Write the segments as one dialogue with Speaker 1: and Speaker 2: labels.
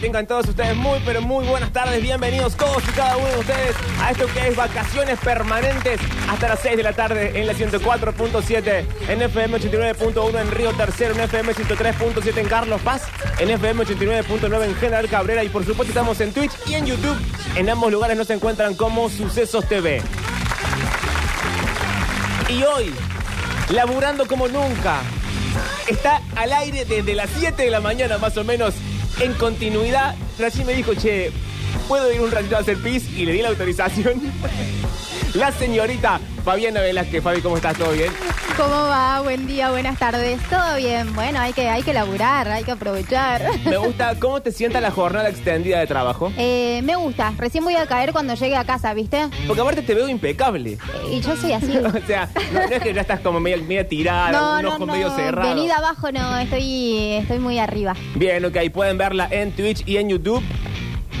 Speaker 1: tengan todos ustedes muy, pero muy buenas tardes. Bienvenidos todos y cada uno de ustedes a esto que es Vacaciones Permanentes hasta las 6 de la tarde en la 104.7, en FM 89.1 en Río Tercero, en FM 103.7 en Carlos Paz, en FM 89.9 en General Cabrera y por supuesto estamos en Twitch y en YouTube. En ambos lugares nos encuentran como Sucesos TV. Y hoy, laburando como nunca, está al aire desde las 7 de la mañana más o menos en continuidad. Recién me dijo, che, ¿puedo ir un ratito a hacer pis? Y le di la autorización. la señorita Fabiana Velázquez. Fabi, ¿cómo estás? ¿Todo bien?
Speaker 2: ¿Cómo va? Buen día, buenas tardes. ¿Todo bien? Bueno, hay que, hay que laburar, hay que aprovechar.
Speaker 1: Me gusta cómo te sienta la jornada extendida de trabajo.
Speaker 2: Eh, me gusta. Recién voy a caer cuando llegue a casa, ¿viste? Eh,
Speaker 1: Porque aparte te veo impecable.
Speaker 2: Y yo soy así.
Speaker 1: O sea, no, no es que ya estás como media, media tirada, un ojo Ah, medio cerrado.
Speaker 2: Venida abajo, no. Estoy, estoy muy arriba.
Speaker 1: Bien, ok, pueden verla en Twitch y en YouTube.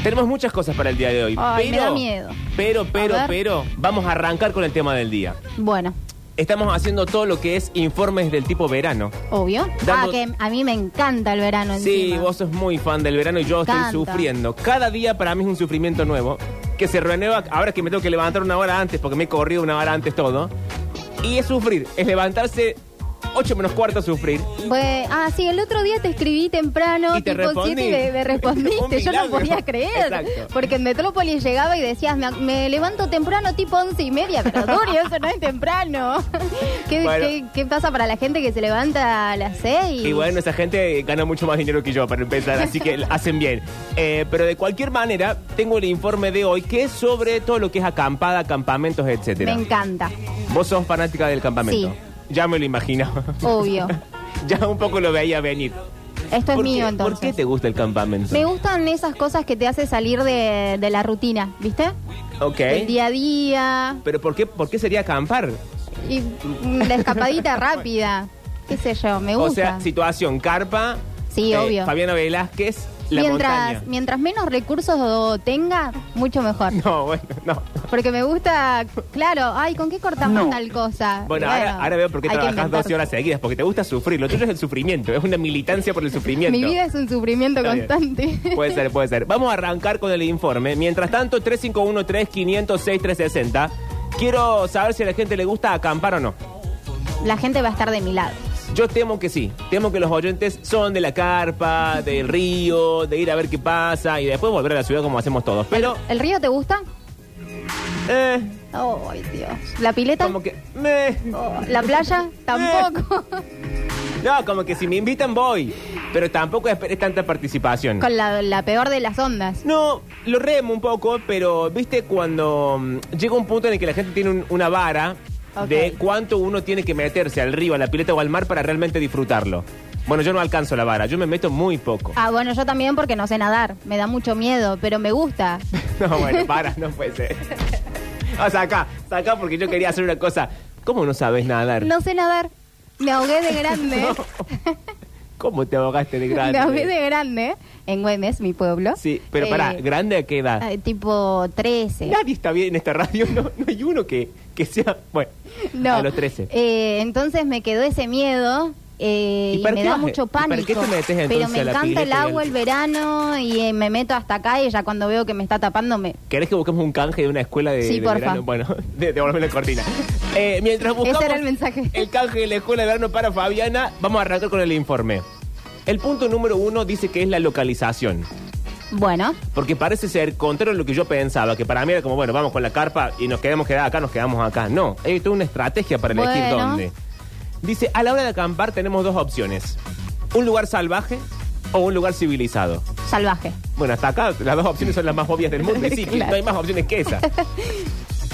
Speaker 1: Tenemos muchas cosas para el día de hoy.
Speaker 2: Ay, me
Speaker 1: pero,
Speaker 2: da miedo.
Speaker 1: pero, pero,
Speaker 2: ver.
Speaker 1: pero, vamos a arrancar con el tema del día.
Speaker 2: Bueno,
Speaker 1: Estamos haciendo todo lo que es informes del tipo verano.
Speaker 2: obvio. Ah,
Speaker 1: Dando-
Speaker 2: que a mí me encanta el verano
Speaker 1: Sí,
Speaker 2: encima.
Speaker 1: vos sos muy fan del verano y yo
Speaker 2: Encanta.
Speaker 1: estoy sufriendo. Cada día para mí es un sufrimiento nuevo que se renueva ahora que me tengo que levantar una hora antes porque me he corrido una hora antes todo. Y es sufrir, es levantarse 8 menos cuarto a sufrir.
Speaker 2: Bue- ah, sí, el otro día te escribí temprano,
Speaker 1: Y te
Speaker 2: tipo
Speaker 1: respondí.
Speaker 2: 7 y me, me
Speaker 1: Un
Speaker 2: respondiste. Yo no
Speaker 1: milagro.
Speaker 2: podía creer.
Speaker 1: Exacto.
Speaker 2: Porque en Metrópolis llegaba y decías, me, me levanto temprano, tipo 11 y media. Pero Duri, eso no es temprano. ¿Qué,
Speaker 1: Bueno.
Speaker 2: qué- qué pasa para la gente que se levanta a las 6?
Speaker 1: Y bueno, esa gente gana mucho más dinero que yo para empezar, así que hacen bien. Eh, pero de cualquier manera, tengo el informe de hoy que es sobre todo lo que es acampada, campamentos,
Speaker 2: me
Speaker 1: etcétera.
Speaker 2: encanta,
Speaker 1: Vos sos fanática del campamento. Ya me lo imaginaba.
Speaker 2: obvio.
Speaker 1: ya un poco lo veía venir.
Speaker 2: Esto es
Speaker 1: ¿Por
Speaker 2: mío
Speaker 1: qué-
Speaker 2: entonces.
Speaker 1: ¿Por qué te gusta el campamento?
Speaker 2: Me gustan esas cosas que te hace salir de, de la rutina, ¿viste?
Speaker 1: Ok.
Speaker 2: El día a día,
Speaker 1: Pero por qué, ¿por qué sería acampar?
Speaker 2: y mm, la escapadita rápida. ¿Qué sé yo? Me gusta.
Speaker 1: O sea, situación, carpa. eh,
Speaker 2: Sí, obvio.
Speaker 1: Fabiana Velázquez, la
Speaker 2: mientras,
Speaker 1: montaña.
Speaker 2: mientras menos recursos tenga, mucho mejor.
Speaker 1: No, bueno, no.
Speaker 2: Porque me gusta, claro, ay, ¿con qué cortamos tal cosa?
Speaker 1: Bueno, ahora, ahora veo por qué
Speaker 2: hay que
Speaker 1: trabajas
Speaker 2: inventar.
Speaker 1: 12 horas seguidas, porque te gusta sufrir. Lo tuyo es el sufrimiento, es una militancia por el sufrimiento.
Speaker 2: Mi vida es este. un sufrimiento
Speaker 1: Está bien.
Speaker 2: constante.
Speaker 1: Puede ser, puede ser. Vamos a arrancar con el informe. Mientras tanto, 351-3506-360. Quiero saber si a la gente le gusta acampar o no.
Speaker 2: La gente va a estar de mi lado.
Speaker 1: Yo temo que sí. Temo que los oyentes son de la carpa, del río, de ir a ver qué pasa y después volver a la ciudad como hacemos todos. Pero,
Speaker 2: ¿El río te gusta?
Speaker 1: eh,
Speaker 2: Ay, Dios. ¿La pileta?
Speaker 1: como que. meh.
Speaker 2: Oh, ¿La playa? Tampoco.
Speaker 1: No, como que si me invitan voy. Pero tampoco esperes tanta participación.
Speaker 2: Con la, la peor de las ondas.
Speaker 1: No, lo remo un poco, pero viste cuando mm, llega un punto en el que la gente tiene un- una vara
Speaker 2: Ok.
Speaker 1: de cuánto uno tiene que meterse al río, a la pileta o al mar para realmente disfrutarlo. Bueno, yo no alcanzo la vara, yo me meto muy poco.
Speaker 2: Ah, bueno, yo también porque no sé nadar. Me da mucho miedo, pero me gusta.
Speaker 1: No, bueno, para, no puede ser. O sea, acá, acá porque yo quería hacer una cosa. ¿Cómo no sabes nadar?
Speaker 2: No sé nadar. Me ahogué de grande.
Speaker 1: ¿Cómo te ahogaste de grande?
Speaker 2: Me ahogué de grande en Güemes, mi pueblo.
Speaker 1: Sí, pero pará,
Speaker 2: Eh,
Speaker 1: ¿grande a qué edad?
Speaker 2: eh, tipo 13.
Speaker 1: Nadie está bien en esta radio, no, no hay uno que, que sea, bueno,
Speaker 2: No.
Speaker 1: a los 13.
Speaker 2: Eh, entonces me quedó ese miedo. eh,
Speaker 1: ¿Y
Speaker 2: y,
Speaker 1: para
Speaker 2: me
Speaker 1: qué
Speaker 2: da
Speaker 1: vas?
Speaker 2: mucho
Speaker 1: ¿Y para
Speaker 2: pánico.
Speaker 1: qué te metes
Speaker 2: pero
Speaker 1: entonces
Speaker 2: me
Speaker 1: a la
Speaker 2: encanta el
Speaker 1: pileta y
Speaker 2: agua,
Speaker 1: al-
Speaker 2: el verano y eh, me meto hasta acá y ya cuando veo que me está tapando me...
Speaker 1: ¿Querés que busquemos un canje de una escuela de,
Speaker 2: Sí,
Speaker 1: de
Speaker 2: porfa.
Speaker 1: verano? Bueno, de, devolveme la cortina. Eh, mientras buscamos
Speaker 2: era el mensaje.
Speaker 1: el canje de la escuela de verano para Fabiana, vamos a arrancar con el informe. El punto número uno dice que es la localización.
Speaker 2: Bueno,
Speaker 1: Porque parece ser contrario a lo que yo pensaba, que para mí era como, bueno, vamos con la carpa y nos quedamos quedar acá, nos quedamos acá. No, hay toda una estrategia para elegir
Speaker 2: Bueno.
Speaker 1: dónde. Dice, a la hora de acampar tenemos dos opciones. Un lugar salvaje o un lugar civilizado.
Speaker 2: salvaje.
Speaker 1: Bueno, hasta acá las dos opciones son las más obvias del mundo. Y sí, que
Speaker 2: Claro.
Speaker 1: no hay más opciones que esa.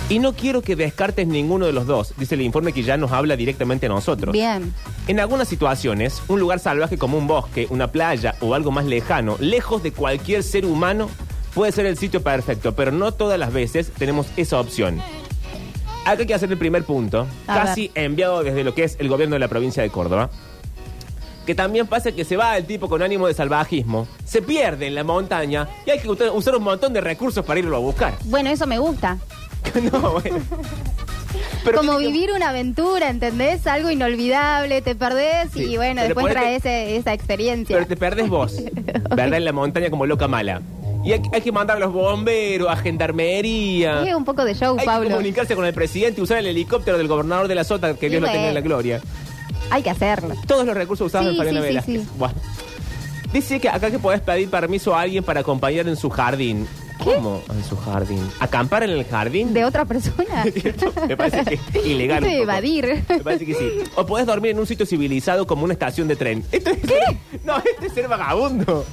Speaker 1: Y no quiero que descartes ninguno de los dos, dice el informe que ya nos habla directamente a nosotros.
Speaker 2: Bien.
Speaker 1: En algunas situaciones, un lugar salvaje como un bosque, una playa o algo más lejano, lejos de cualquier ser humano, puede ser el sitio perfecto, pero no todas las veces tenemos esa opción. Acá hay que hacer el primer punto,
Speaker 2: A
Speaker 1: casi enviado desde lo que es el gobierno de la provincia de Córdoba. Que también pasa que se va el tipo con ánimo de salvajismo, se pierde en la montaña y hay que ut- usar un montón de recursos para irlo a buscar.
Speaker 2: Bueno, eso me gusta.
Speaker 1: no, bueno. Pero
Speaker 2: Como
Speaker 1: tiene que-
Speaker 2: vivir una aventura, ¿entendés? Algo inolvidable, te perdés
Speaker 1: Sí,
Speaker 2: y bueno,
Speaker 1: pero
Speaker 2: después
Speaker 1: ponete-
Speaker 2: traes eh, esa experiencia.
Speaker 1: Pero te perdés vos, ¿verdad? En la montaña como loca mala. Y hay, hay que mandar a los bomberos, a gendarmería.
Speaker 2: Es un poco de show,
Speaker 1: Hay que
Speaker 2: Pablo.
Speaker 1: comunicarse con el presidente, usar el helicóptero del gobernador de la sota, que
Speaker 2: Y
Speaker 1: Dios lo tenga en la
Speaker 2: bueno.
Speaker 1: gloria.
Speaker 2: Hay que hacerlo.
Speaker 1: Todos los recursos usados
Speaker 2: Sí,
Speaker 1: en Fabiana
Speaker 2: sí, sí,
Speaker 1: Velázquez.
Speaker 2: sí.
Speaker 1: Bueno. Dice que acá que podés pedir permiso a alguien para acompañar en su jardín. ¿Cómo? En su jardín. ¿Acampar en el jardín?
Speaker 2: ¿De otra persona?
Speaker 1: Me parece que es ilegal.
Speaker 2: Esto
Speaker 1: un
Speaker 2: de
Speaker 1: poco.
Speaker 2: evadir.
Speaker 1: Me parece que sí. O podés dormir en un sitio civilizado como una estación de tren. Esto es No, este es ser vagabundo.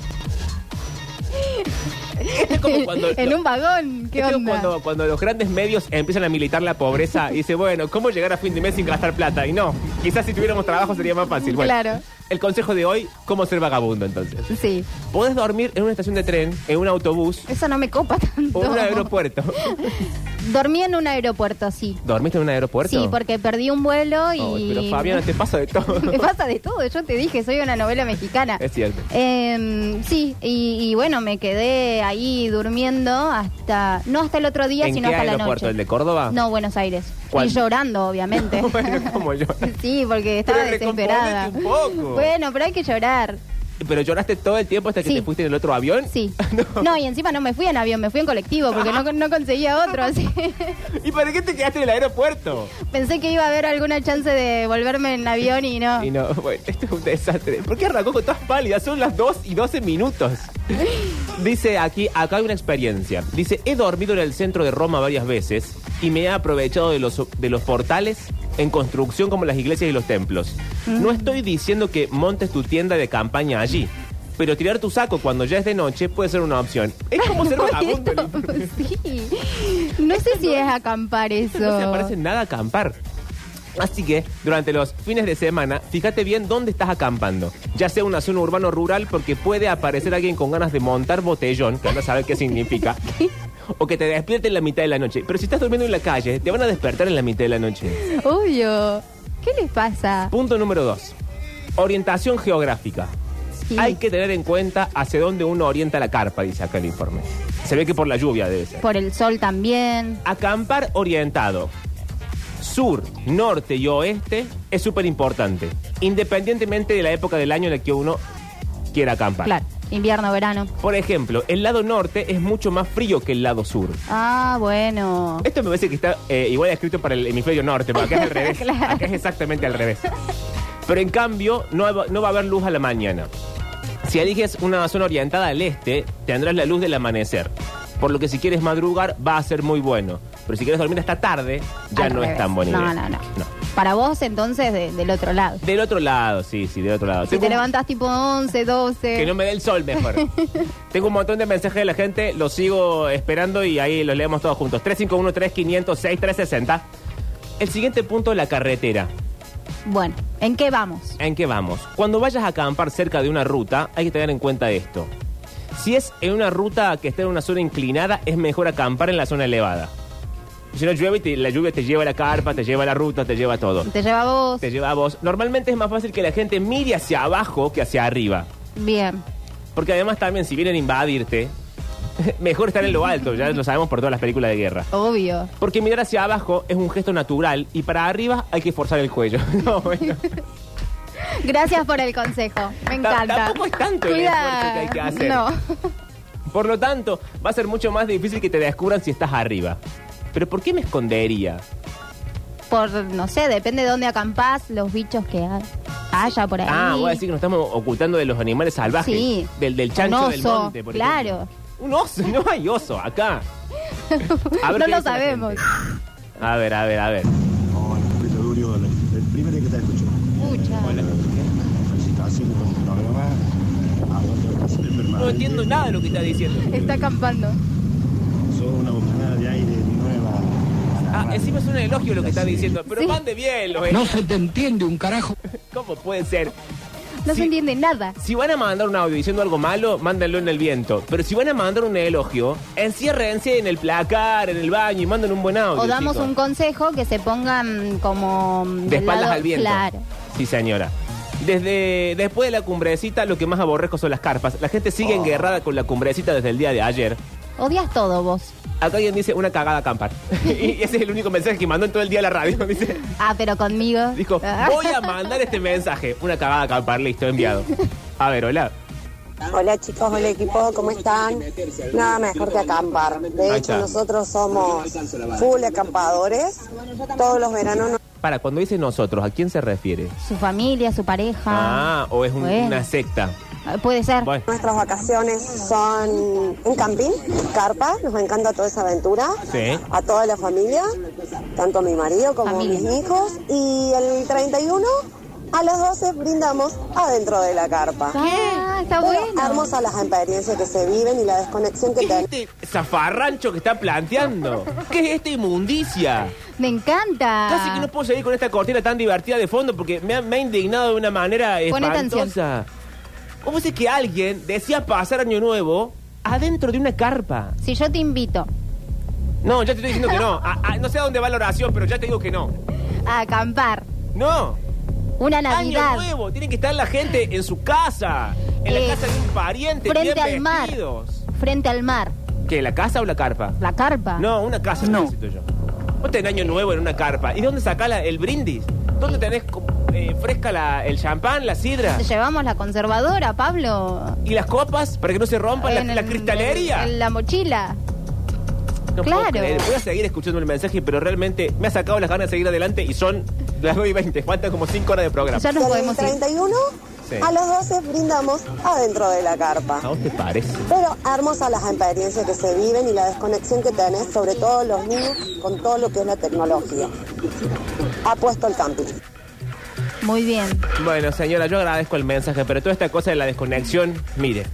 Speaker 1: Este es como cuando.
Speaker 2: en un vagón, ¿qué
Speaker 1: Este es
Speaker 2: onda?
Speaker 1: Cuando, cuando los grandes medios empiezan a militar la pobreza y dice, bueno, ¿cómo llegar a fin de mes sin gastar plata? Y no, quizás si tuviéramos trabajo sería más fácil. Bueno,
Speaker 2: Claro.
Speaker 1: El consejo de hoy, ¿cómo ser vagabundo entonces?
Speaker 2: Sí,
Speaker 1: Podés dormir en una estación de tren, en un autobús
Speaker 2: eso no me copa tanto.
Speaker 1: o en un aeropuerto.
Speaker 2: Dormí en un aeropuerto, sí.
Speaker 1: ¿Dormiste en un aeropuerto?
Speaker 2: Sí, porque perdí un vuelo y...
Speaker 1: Ay, pero Fabiana, te pasa de todo.
Speaker 2: Me pasa de todo, yo te dije, soy una novela mexicana.
Speaker 1: Es cierto.
Speaker 2: Eh, sí, y, y bueno, me quedé ahí durmiendo hasta, no hasta el otro día,
Speaker 1: ¿En
Speaker 2: sino
Speaker 1: qué
Speaker 2: hasta la
Speaker 1: aeropuerto?
Speaker 2: noche.
Speaker 1: ¿El de Córdoba?
Speaker 2: No, Buenos Aires.
Speaker 1: ¿Cuál?
Speaker 2: Y llorando, obviamente.
Speaker 1: bueno, como yo.
Speaker 2: sí, porque estaba
Speaker 1: Pero
Speaker 2: desesperada.
Speaker 1: recomponete un poco.
Speaker 2: Bueno, pero hay que llorar.
Speaker 1: Pero lloraste todo el tiempo hasta que
Speaker 2: Sí.
Speaker 1: te fuiste en el otro avión.
Speaker 2: Sí.
Speaker 1: Ah, No.
Speaker 2: No. y encima no me fui en avión, me fui en colectivo porque no, no conseguía otro. Así.
Speaker 1: ¿Y para qué te quedaste en el aeropuerto?
Speaker 2: Pensé que iba a haber alguna chance de volverme en avión y no.
Speaker 1: Y no, bueno, esto es un desastre. ¿Por qué arrancó con todas pálidas? Son las 2 y 12 minutos. Dice aquí, acá hay una experiencia. Dice, he dormido en el centro de Roma varias veces y me he aprovechado de los, de los portales en construcción como las iglesias y los templos. No estoy diciendo que montes tu tienda de campaña allí, pero tirar tu saco cuando ya es de noche puede ser una opción. Es como ser
Speaker 2: Oye,
Speaker 1: vagabundo.
Speaker 2: esto-
Speaker 1: No
Speaker 2: sí. No sé si es acampar eso.
Speaker 1: se aparece nada a acampar. Así que, durante los fines de semana, fíjate bien dónde estás acampando. Ya sea una zona urbana o rural, porque puede aparecer alguien con ganas de montar botellón, que anda a saber qué significa. O que te despierte en la mitad de la noche. Pero si estás durmiendo en la calle, te van a despertar en la mitad de la noche.
Speaker 2: Obvio. ¿Qué les pasa?
Speaker 1: Punto número dos. Orientación geográfica.
Speaker 2: Sí.
Speaker 1: Hay que tener en cuenta hacia dónde uno orienta la carpa, dice acá el informe. Se ve que por la lluvia debe ser.
Speaker 2: Por el sol también.
Speaker 1: Acampar orientado. Sur, norte y oeste es súper importante. Independientemente de la época del año en la que uno quiera acampar.
Speaker 2: Claro. Invierno, verano.
Speaker 1: Por ejemplo, el lado norte es mucho más frío que el lado sur.
Speaker 2: Ah, bueno.
Speaker 1: Esto me parece que está eh, igual escrito para el hemisferio norte, porque acá es al revés.
Speaker 2: Claro.
Speaker 1: Acá es exactamente al revés. Pero en cambio, no va, no va a haber luz a la mañana. Si eliges una zona orientada al este, tendrás la luz del amanecer. Por lo que si quieres madrugar, va a ser muy bueno. Pero si quieres dormir hasta tarde, ya
Speaker 2: Al
Speaker 1: no es
Speaker 2: revés.
Speaker 1: tan bonito.
Speaker 2: No, no, no. Para vos, entonces, de- del otro lado.
Speaker 1: Del otro lado, sí, sí, del otro lado.
Speaker 2: Si
Speaker 1: Tengo
Speaker 2: te
Speaker 1: un-
Speaker 2: levantás tipo 11, 12.
Speaker 1: Que no me dé el sol mejor. Tengo un montón de mensajes de la gente, los sigo esperando y ahí los leemos todos juntos. 351-3506-360. El siguiente punto, la carretera.
Speaker 2: Bueno, ¿en qué vamos?
Speaker 1: ¿En qué vamos? Cuando vayas a acampar cerca de una ruta, hay que tener en cuenta esto. Si es en una ruta que está en una zona inclinada, es mejor acampar en la zona elevada. Si no llueve, te- la lluvia te lleva la carpa, te lleva la ruta, te lleva todo.
Speaker 2: ¿Te lleva vos?
Speaker 1: Te lleva a vos. Normalmente es más fácil que la gente mire hacia abajo que hacia arriba.
Speaker 2: Bien.
Speaker 1: Porque además también, si vienen a invadirte, mejor estar en lo alto, ya lo sabemos por todas las películas de guerra.
Speaker 2: Obvio.
Speaker 1: Porque mirar hacia abajo es un gesto natural y para arriba hay que forzar el cuello. No, bueno.
Speaker 2: Gracias por el consejo. Me
Speaker 1: Ta-
Speaker 2: encanta.
Speaker 1: tampoco es tanto el esfuerzo que hay que hacer.
Speaker 2: No.
Speaker 1: Por lo tanto, va a ser mucho más difícil que te descubran si estás arriba. Pero ¿por qué me escondería?
Speaker 2: Por, no sé, depende de dónde acampás, los bichos que ha- haya por ahí.
Speaker 1: Ah, voy a decir que nos estamos ocultando de los animales salvajes.
Speaker 2: Sí.
Speaker 1: Del, del chancho
Speaker 2: Un
Speaker 1: del
Speaker 2: oso,
Speaker 1: monte, por
Speaker 2: claro.
Speaker 1: ejemplo. Un oso, no hay oso acá. A ver
Speaker 2: No
Speaker 1: qué
Speaker 2: lo
Speaker 1: dice la
Speaker 2: sabemos.
Speaker 1: gente. A ver, a ver, a ver.
Speaker 3: No, el pelodurio, el primero que te escucho.
Speaker 2: Pucha.
Speaker 1: Hola.
Speaker 3: Felicitaciones por el programa. Aguante siempre,
Speaker 1: No entiendo nada de lo que está diciendo.
Speaker 2: Está acampando.
Speaker 3: Son una bocanada de aire nueva.
Speaker 1: Ah, encima es un elogio lo que está diciendo, pero van de bien los
Speaker 4: No se te entiende un carajo.
Speaker 1: ¿Cómo puede ser?
Speaker 2: No
Speaker 1: Sí.
Speaker 2: se entiende nada.
Speaker 1: Si van a mandar un audio diciendo algo malo, mándenlo en el viento. Pero si van a mandar un elogio, enciérrense en el placar, en el baño y manden un buen audio.
Speaker 2: O damos
Speaker 1: chicos.
Speaker 2: un consejo que se pongan como... mm,
Speaker 1: De
Speaker 2: del
Speaker 1: espaldas
Speaker 2: lado-
Speaker 1: al viento.
Speaker 2: Claro.
Speaker 1: Sí, señora. Desde después de la cumbrecita, lo que más aborrezco son las carpas. La gente sigue enguerrada con la cumbrecita desde el día de ayer.
Speaker 2: Odias todo vos.
Speaker 1: Acá alguien dice una cagada acampar. y ese es el único mensaje que mandó en todo el día la radio. Dice,
Speaker 2: Ah, pero conmigo.
Speaker 1: dijo,
Speaker 2: Ah.
Speaker 1: voy a mandar este mensaje. Una cagada acampar, listo, enviado. A ver, hola.
Speaker 4: Hola chicos, hola equipo, ¿cómo están? Nada mejor que acampar. De
Speaker 1: Ahí
Speaker 4: hecho,
Speaker 1: está.
Speaker 4: nosotros somos full acampadores. Todos los veranos nos
Speaker 1: Para, cuando dice nosotros, ¿a quién se refiere?
Speaker 2: Su familia, su pareja.
Speaker 1: Ah, o es un-
Speaker 2: Bueno.
Speaker 1: una secta.
Speaker 2: Ah, Puede ser.
Speaker 1: Bueno,
Speaker 4: Nuestras vacaciones son un camping, carpa, nos encanta toda esa aventura,
Speaker 1: Sí.
Speaker 4: a toda la familia, tanto a mi marido como
Speaker 2: Familia.
Speaker 4: a mis hijos, y el 31 a las 12 brindamos adentro de la carpa.
Speaker 2: Ah, está
Speaker 4: Pero
Speaker 2: bueno.
Speaker 4: hermosas las experiencias que se viven y la desconexión que
Speaker 1: ¿qué es
Speaker 4: tenemos.
Speaker 1: este zafarrancho que está planteando? ¿Qué es esta inmundicia?
Speaker 2: Me encanta.
Speaker 1: Casi que no puedo seguir con esta cortina tan divertida de fondo porque me ha, me ha indignado de una manera
Speaker 2: Pone atención.
Speaker 1: espantosa. ¿Cómo es que alguien decía pasar Año Nuevo adentro de una carpa?
Speaker 2: Si yo te invito
Speaker 1: No, ya te estoy diciendo que no. A- a- no sé a dónde va la oración, pero ya te digo que no.
Speaker 2: a acampar
Speaker 1: No.
Speaker 2: una Navidad
Speaker 1: Año Nuevo. Tiene que estar la gente en su casa. En
Speaker 2: Eh,
Speaker 1: la casa de un pariente.
Speaker 2: frente
Speaker 1: bien
Speaker 2: al mar.
Speaker 1: vestidos.
Speaker 2: frente al mar,
Speaker 1: ¿Qué, la casa o la carpa?
Speaker 2: la carpa.
Speaker 1: No, una casa necesito yo. Vos tenés año nuevo en una carpa. ¿Y dónde sacás la- el brindis? ¿Dónde tenés co- eh, fresca la- el champán, la sidra?
Speaker 2: Te llevamos la conservadora, Pablo.
Speaker 1: ¿Y las copas para que no se rompan? ¿La,
Speaker 2: En
Speaker 1: la
Speaker 2: el-
Speaker 1: cristalería?
Speaker 2: En la mochila.
Speaker 1: No puedo
Speaker 2: claro.
Speaker 1: creer. Voy a seguir escuchando el mensaje, pero realmente me ha sacado las ganas de seguir adelante y son las 9 y 20. Faltan como 5 horas de programa.
Speaker 2: Ya nos
Speaker 4: Y el
Speaker 2: podemos ir.
Speaker 4: 31
Speaker 1: Sí. Ah.
Speaker 4: a las 12 brindamos adentro de la carpa.
Speaker 1: ¿A vos te parece?
Speaker 4: Pero hermosas las experiencias que se viven y la desconexión que tenés, sobre todo los niños, con todo lo que es la tecnología. Apuesto el camping.
Speaker 2: Muy bien.
Speaker 1: Bueno, señora, yo agradezco el mensaje, pero toda esta cosa de la desconexión, mire.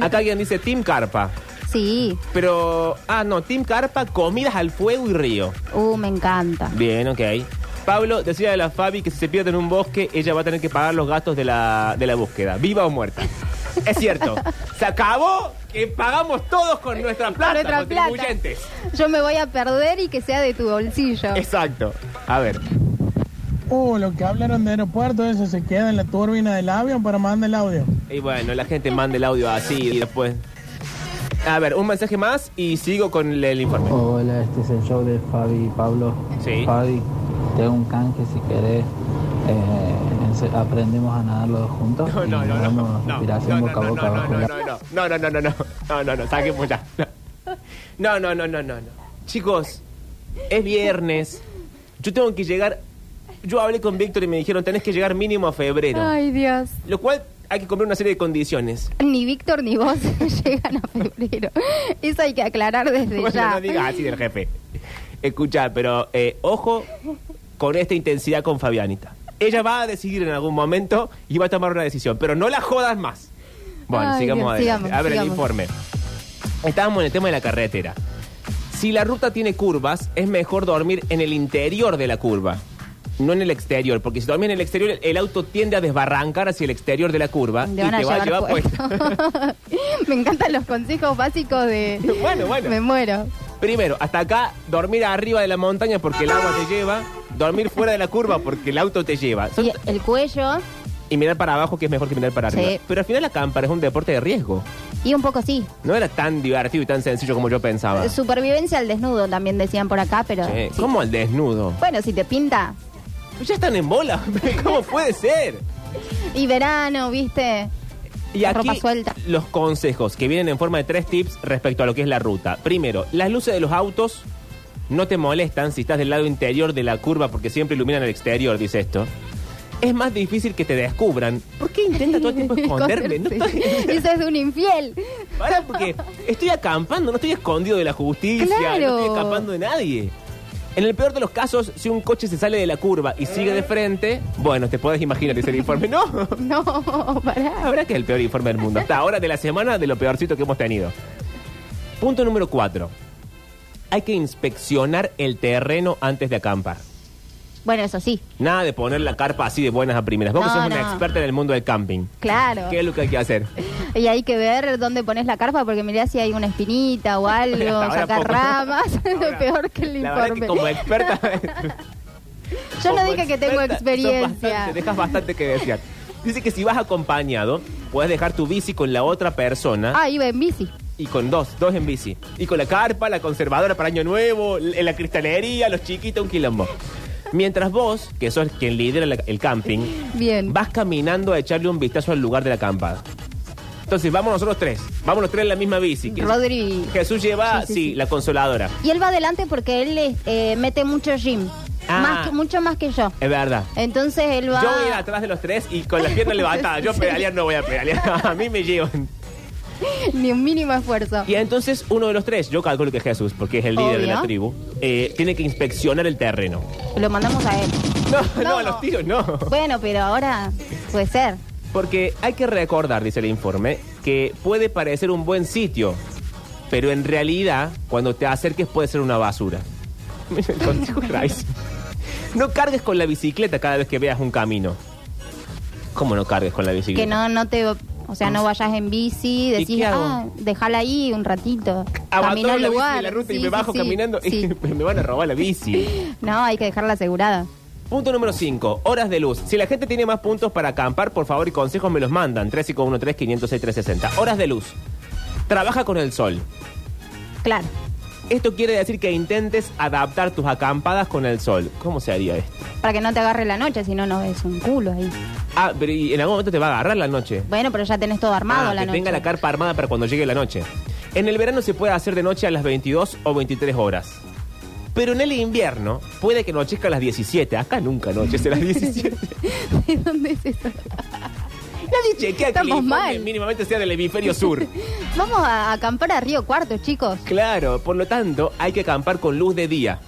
Speaker 1: Acá alguien dice Team Carpa.
Speaker 2: Sí.
Speaker 1: Pero, ah, no, Team Carpa, comidas al fuego y río.
Speaker 2: Uh, me encanta.
Speaker 1: Bien, ok. Pablo decía de la Fabi que si se pierde en un bosque, ella va a tener que pagar los gastos de la, de la búsqueda, viva o muerta. Es cierto. Se acabó que pagamos todos con nuestra plata,
Speaker 2: Con nuestra plata.
Speaker 1: contribuyentes.
Speaker 2: Yo me voy a perder y que sea de tu bolsillo.
Speaker 1: Exacto. A ver.
Speaker 5: Uh, lo que hablaron de aeropuerto, eso se queda en la turbina del avión para mandar el audio.
Speaker 1: Y bueno, la gente manda el audio así y después. A ver, un mensaje más y sigo con el, el informe.
Speaker 6: Hola, este es el show de Fabi y Pablo.
Speaker 1: Sí.
Speaker 6: Fabi, te hago un canje si querés. Eh, ense- aprendemos a nadar los dos juntos.
Speaker 1: No,
Speaker 6: y
Speaker 1: no, no,
Speaker 6: nos
Speaker 1: no,
Speaker 6: damos
Speaker 1: no, no,
Speaker 6: inspiración
Speaker 1: no,
Speaker 6: boca a
Speaker 1: no,
Speaker 6: boca
Speaker 1: no,
Speaker 6: abajo.
Speaker 1: no, no, no, no, no, no, no, no, no, no, saquemos ya. No, no, no, no, no, no. Chicos, es viernes. Yo tengo que llegar. Yo hablé con Víctor y me dijeron tenés que llegar mínimo a febrero.
Speaker 2: Ay, Dios.
Speaker 1: Lo cual hay que cumplir una serie de condiciones.
Speaker 2: Ni Víctor ni vos llegan a febrero. Eso hay que aclarar desde
Speaker 1: Bueno,
Speaker 2: ya.
Speaker 1: no digas así del jefe. Escucha, pero eh, ojo con esta intensidad con Fabianita. Ella va a decidir en algún momento y va a tomar una decisión, pero no la jodas más. Bueno,
Speaker 2: Ay,
Speaker 1: sigamos
Speaker 2: Dios,
Speaker 1: adelante.
Speaker 2: sigamos,
Speaker 1: a ver el
Speaker 2: sigamos.
Speaker 1: informe. Estábamos en el tema de la carretera. Si la ruta tiene curvas, es mejor dormir en el interior de la curva, no en el exterior, porque si dormís en el exterior, el auto tiende a desbarrancar hacia el exterior de la curva y
Speaker 2: Te
Speaker 1: te
Speaker 2: van a
Speaker 1: va a
Speaker 2: llevar
Speaker 1: llevar
Speaker 2: puesto.
Speaker 1: puesto.
Speaker 2: Me encantan los consejos básicos de.
Speaker 1: Bueno, bueno.
Speaker 2: Me muero.
Speaker 1: Primero, hasta acá, dormir arriba de la montaña porque el agua te lleva. Dormir fuera de la curva porque el auto te lleva. Son-
Speaker 2: Y el cuello.
Speaker 1: y mirar para abajo que es mejor que mirar para
Speaker 2: Sí.
Speaker 1: arriba. Pero al final acampar es un deporte de riesgo.
Speaker 2: Y un poco sí.
Speaker 1: No era tan divertido y tan sencillo como yo pensaba.
Speaker 2: Supervivencia al desnudo también decían por acá, pero.
Speaker 1: Che,
Speaker 2: sí.
Speaker 1: ¿Cómo al desnudo?
Speaker 2: Bueno, si te pinta.
Speaker 1: Ya están en bola. ¿Cómo puede ser?
Speaker 2: Y verano, ¿viste?
Speaker 1: Y
Speaker 2: Con
Speaker 1: aquí
Speaker 2: ropa suelta.
Speaker 1: los consejos que vienen en forma de tres tips respecto a lo que es la ruta. Primero, las luces de los autos no te molestan si estás del lado interior de la curva porque siempre iluminan el exterior, dice esto. Es más difícil que te descubran. ¿Por qué intenta todo el tiempo esconderme? No estoy...
Speaker 2: Eso es de un infiel.
Speaker 1: Pará, porque estoy acampando, no estoy escondido de la justicia,
Speaker 2: Claro.
Speaker 1: no estoy escapando de nadie. En el peor de los casos, si un coche se sale de la curva y sigue de frente, bueno, te podés imaginar ese informe. No,
Speaker 2: No, pará.
Speaker 1: Ahora que es el peor informe del mundo. Hasta ahora de la semana de lo peorcito que hemos tenido. Punto número cuatro. Hay que inspeccionar el terreno antes de acampar.
Speaker 2: Bueno, eso sí.
Speaker 1: Nada de poner la carpa así de buenas a primeras. Vos que
Speaker 2: No,
Speaker 1: sos
Speaker 2: no.
Speaker 1: una experta en el mundo del camping.
Speaker 2: Claro.
Speaker 1: ¿Qué es lo que hay que hacer?
Speaker 2: Y hay que ver dónde pones la carpa porque mirá si hay una espinita o
Speaker 1: Hasta
Speaker 2: algo,
Speaker 1: ahora
Speaker 2: sacar
Speaker 1: poco.
Speaker 2: ramas,
Speaker 1: Ahora,
Speaker 2: lo peor que el
Speaker 1: La verdad
Speaker 2: informe.
Speaker 1: que como experta...
Speaker 2: Yo no
Speaker 1: como
Speaker 2: dije que tengo
Speaker 1: experta, sos
Speaker 2: experiencia.
Speaker 1: bastante- dejas bastante que desear. Dice que si vas acompañado, puedes dejar tu bici con la otra persona.
Speaker 2: Ah, iba en bici.
Speaker 1: y con dos, dos en bici. Y con la carpa, la conservadora para Año Nuevo, l- la cristalería, los chiquitos, un quilombo. Mientras vos, que sos quien lidera la- el camping,
Speaker 2: Bien.
Speaker 1: vas caminando a echarle un vistazo al lugar de la acampada. Entonces, vamos nosotros tres. Vamos los tres en la misma bici. Que-
Speaker 2: Rodri.
Speaker 1: Jesús lleva,
Speaker 2: Sí,
Speaker 1: sí,
Speaker 2: sí, sí.
Speaker 1: la consoladora.
Speaker 2: Y él va adelante porque él eh, eh, mete mucho gym.
Speaker 1: Ah.
Speaker 2: Más que- mucho más que yo.
Speaker 1: Es verdad.
Speaker 2: Entonces él va.
Speaker 1: Yo voy a ir atrás de los tres y con las piernas levantadas. Yo
Speaker 2: Sí.
Speaker 1: pedalear no voy a pedalear. A mí me llevan.
Speaker 2: Ni un mínimo esfuerzo.
Speaker 1: Y entonces uno de los tres, yo calculo que Jesús, porque es el líder de la
Speaker 2: Obvio.
Speaker 1: tribu, eh, tiene que inspeccionar el terreno.
Speaker 2: Lo mandamos a él.
Speaker 1: No, no,
Speaker 2: No.
Speaker 1: a los tíos no.
Speaker 2: Bueno, pero ahora puede ser.
Speaker 1: Porque hay que recordar, dice el informe, que puede parecer un buen sitio, pero en realidad, cuando te acerques, puede ser una basura. Mira, el consejo es rarísimo. No cargues con la bicicleta cada vez que veas un camino. ¿Cómo no cargues con la bicicleta?
Speaker 2: Que no, no te. O sea, no vayas en bici, decís,
Speaker 1: qué hago?
Speaker 2: ah, déjala ahí un ratito.
Speaker 1: Abandono
Speaker 2: Caminá al
Speaker 1: la bici
Speaker 2: lugar.
Speaker 1: de la ruta y
Speaker 2: Sí,
Speaker 1: me
Speaker 2: sí,
Speaker 1: bajo
Speaker 2: sí.
Speaker 1: caminando
Speaker 2: Sí.
Speaker 1: y me van a robar la bici.
Speaker 2: No, hay que dejarla asegurada.
Speaker 1: Punto número 5, horas de luz. Si la gente tiene más puntos para acampar, por favor y consejos me los mandan. 3513-506-360. Horas de luz. Trabaja con el sol.
Speaker 2: Claro.
Speaker 1: Esto quiere decir que intentes adaptar tus acampadas con el sol. ¿Cómo se haría esto?
Speaker 2: Para que no te agarre la noche, si no, no ves un culo ahí.
Speaker 1: Ah, pero y en algún momento te va a agarrar la noche.
Speaker 2: Bueno, pero ya tenés todo armado
Speaker 1: Ah,
Speaker 2: la
Speaker 1: que
Speaker 2: noche.
Speaker 1: tenga la carpa armada para cuando llegue la noche. En el verano se puede hacer de noche a las 22 o 23 horas. Pero en el invierno puede que anochezca a las 17. Acá nunca anochece a las 17.
Speaker 2: ¿De dónde es eso?
Speaker 1: Nadie chequea que el
Speaker 2: Estamos
Speaker 1: informe
Speaker 2: mal.
Speaker 1: mínimamente sea del hemisferio sur.
Speaker 2: Vamos a acampar a Río Cuarto, chicos.
Speaker 1: Claro, por lo tanto, hay que acampar con luz de día.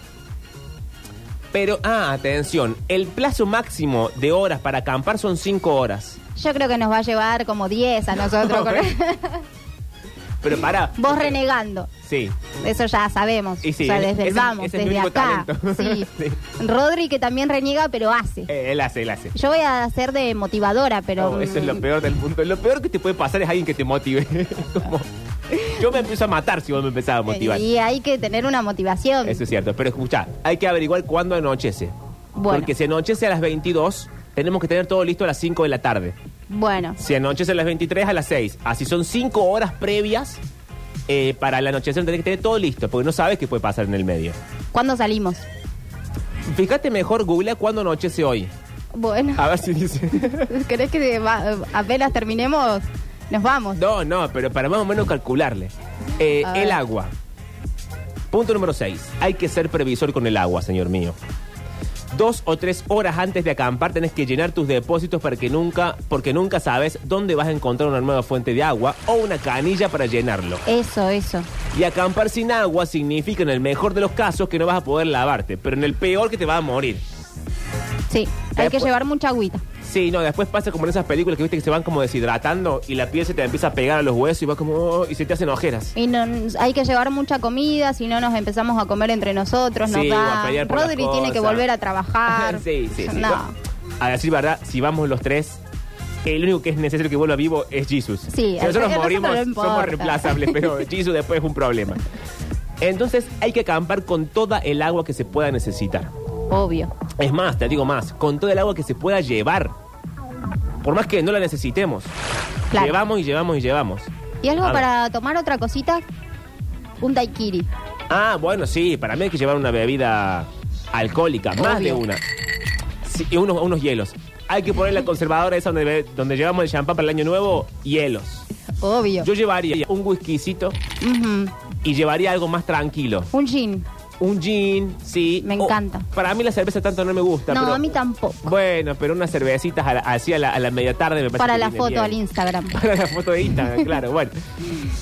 Speaker 1: Pero, ah, atención, el plazo máximo de horas para acampar son 5 horas.
Speaker 2: Yo creo que nos va a llevar como 10 a nosotros. con-
Speaker 1: Pero para.
Speaker 2: Vos renegando.
Speaker 1: Sí.
Speaker 2: Eso ya sabemos.
Speaker 1: Y sí,
Speaker 2: o sea,
Speaker 1: ese-
Speaker 2: desde el
Speaker 1: ese-
Speaker 2: vamos,
Speaker 1: ese es mi
Speaker 2: desde
Speaker 1: único
Speaker 2: acá.
Speaker 1: talento.
Speaker 2: Sí.
Speaker 1: Sí.
Speaker 2: Rodri que también reniega, pero hace.
Speaker 1: eh, él hace, él hace.
Speaker 2: Yo voy a ser de motivadora, pero.
Speaker 1: No, eso es lo
Speaker 2: mm,
Speaker 1: peor del mundo. Lo peor que te puede pasar es alguien que te motive. Como, yo me empiezo a matar si vos me empezás a motivar.
Speaker 2: Y hay que tener una motivación.
Speaker 1: Eso es cierto. Pero escucha, hay que averiguar cuándo anochece.
Speaker 2: Bueno.
Speaker 1: Porque si anochece a las 22, tenemos que tener todo listo a las 5 de la tarde.
Speaker 2: Bueno,
Speaker 1: Si anochece a las 23, a las 6. Así son 5 horas previas eh, para el anochecer. Tenés que tener todo listo, porque no sabes qué puede pasar en el medio.
Speaker 2: ¿cuándo salimos?
Speaker 1: Fíjate mejor, Google cuándo anochece hoy.
Speaker 2: Bueno,
Speaker 1: A ver si dice.
Speaker 2: ¿crees que va- apenas terminemos? Nos vamos.
Speaker 1: No, no, pero para más o menos calcularle. Eh,
Speaker 2: A ver.
Speaker 1: el agua. Punto número 6. Hay que ser previsor con el agua, señor mío. Dos o tres horas antes de acampar tenés que llenar tus depósitos para que nunca, porque nunca sabes dónde vas a encontrar una nueva fuente de agua o una canilla para llenarlo.
Speaker 2: Eso, eso.
Speaker 1: Y acampar sin agua significa en el mejor de los casos que no vas a poder lavarte, pero en el peor que te vas a morir.
Speaker 2: Sí, hay que
Speaker 1: Después-
Speaker 2: llevar mucha agüita.
Speaker 1: Sí, no, después pasa como en esas películas que viste que se van como deshidratando y la piel se te empieza a pegar a los huesos y vas como oh, y se te hacen ojeras.
Speaker 2: Y no, hay que llevar mucha comida, si no nos empezamos a comer entre nosotros, nos
Speaker 1: Sí, o
Speaker 2: da.
Speaker 1: a pelear por
Speaker 2: Rodri
Speaker 1: las
Speaker 2: tiene que
Speaker 1: cosas.
Speaker 2: volver a trabajar.
Speaker 1: sí, sí, sí.
Speaker 2: No.
Speaker 1: Bueno, a decir verdad, si vamos los tres, el único que es necesario que vuelva vivo es Jesus. si
Speaker 2: el- el
Speaker 1: nosotros
Speaker 2: resto
Speaker 1: morimos,
Speaker 2: no
Speaker 1: somos
Speaker 2: importa.
Speaker 1: reemplazables, pero Jesus después es un problema. Entonces hay que acampar con toda el agua que se pueda necesitar.
Speaker 2: Obvio.
Speaker 1: Es más, te digo más, con todo el agua que se pueda llevar. Por más que no la necesitemos.
Speaker 2: Claro.
Speaker 1: Llevamos y llevamos y llevamos.
Speaker 2: ¿Y algo
Speaker 1: A ver.
Speaker 2: para tomar otra cosita? Un daiquiri.
Speaker 1: Ah, bueno, sí, para mí hay que llevar una bebida alcohólica, más de
Speaker 2: Obvio.
Speaker 1: una. Sí, y unos, unos hielos. Hay que poner la conservadora esa donde, be- donde llevamos el champán para el año nuevo, hielos.
Speaker 2: Obvio.
Speaker 1: Yo llevaría un whiskycito
Speaker 2: Ujú.
Speaker 1: y llevaría algo más tranquilo.
Speaker 2: Un gin.
Speaker 1: Un gin, sí.
Speaker 2: Me
Speaker 1: O-
Speaker 2: encanta.
Speaker 1: Para mí la cerveza tanto no me gusta.
Speaker 2: No,
Speaker 1: pero-
Speaker 2: a mí tampoco.
Speaker 1: Bueno, pero unas cervecitas a la- así a la, a la media tarde me parece
Speaker 2: Para
Speaker 1: que
Speaker 2: la
Speaker 1: viene
Speaker 2: foto
Speaker 1: bien.
Speaker 2: al Instagram.
Speaker 1: Para la foto de Instagram, claro, bueno.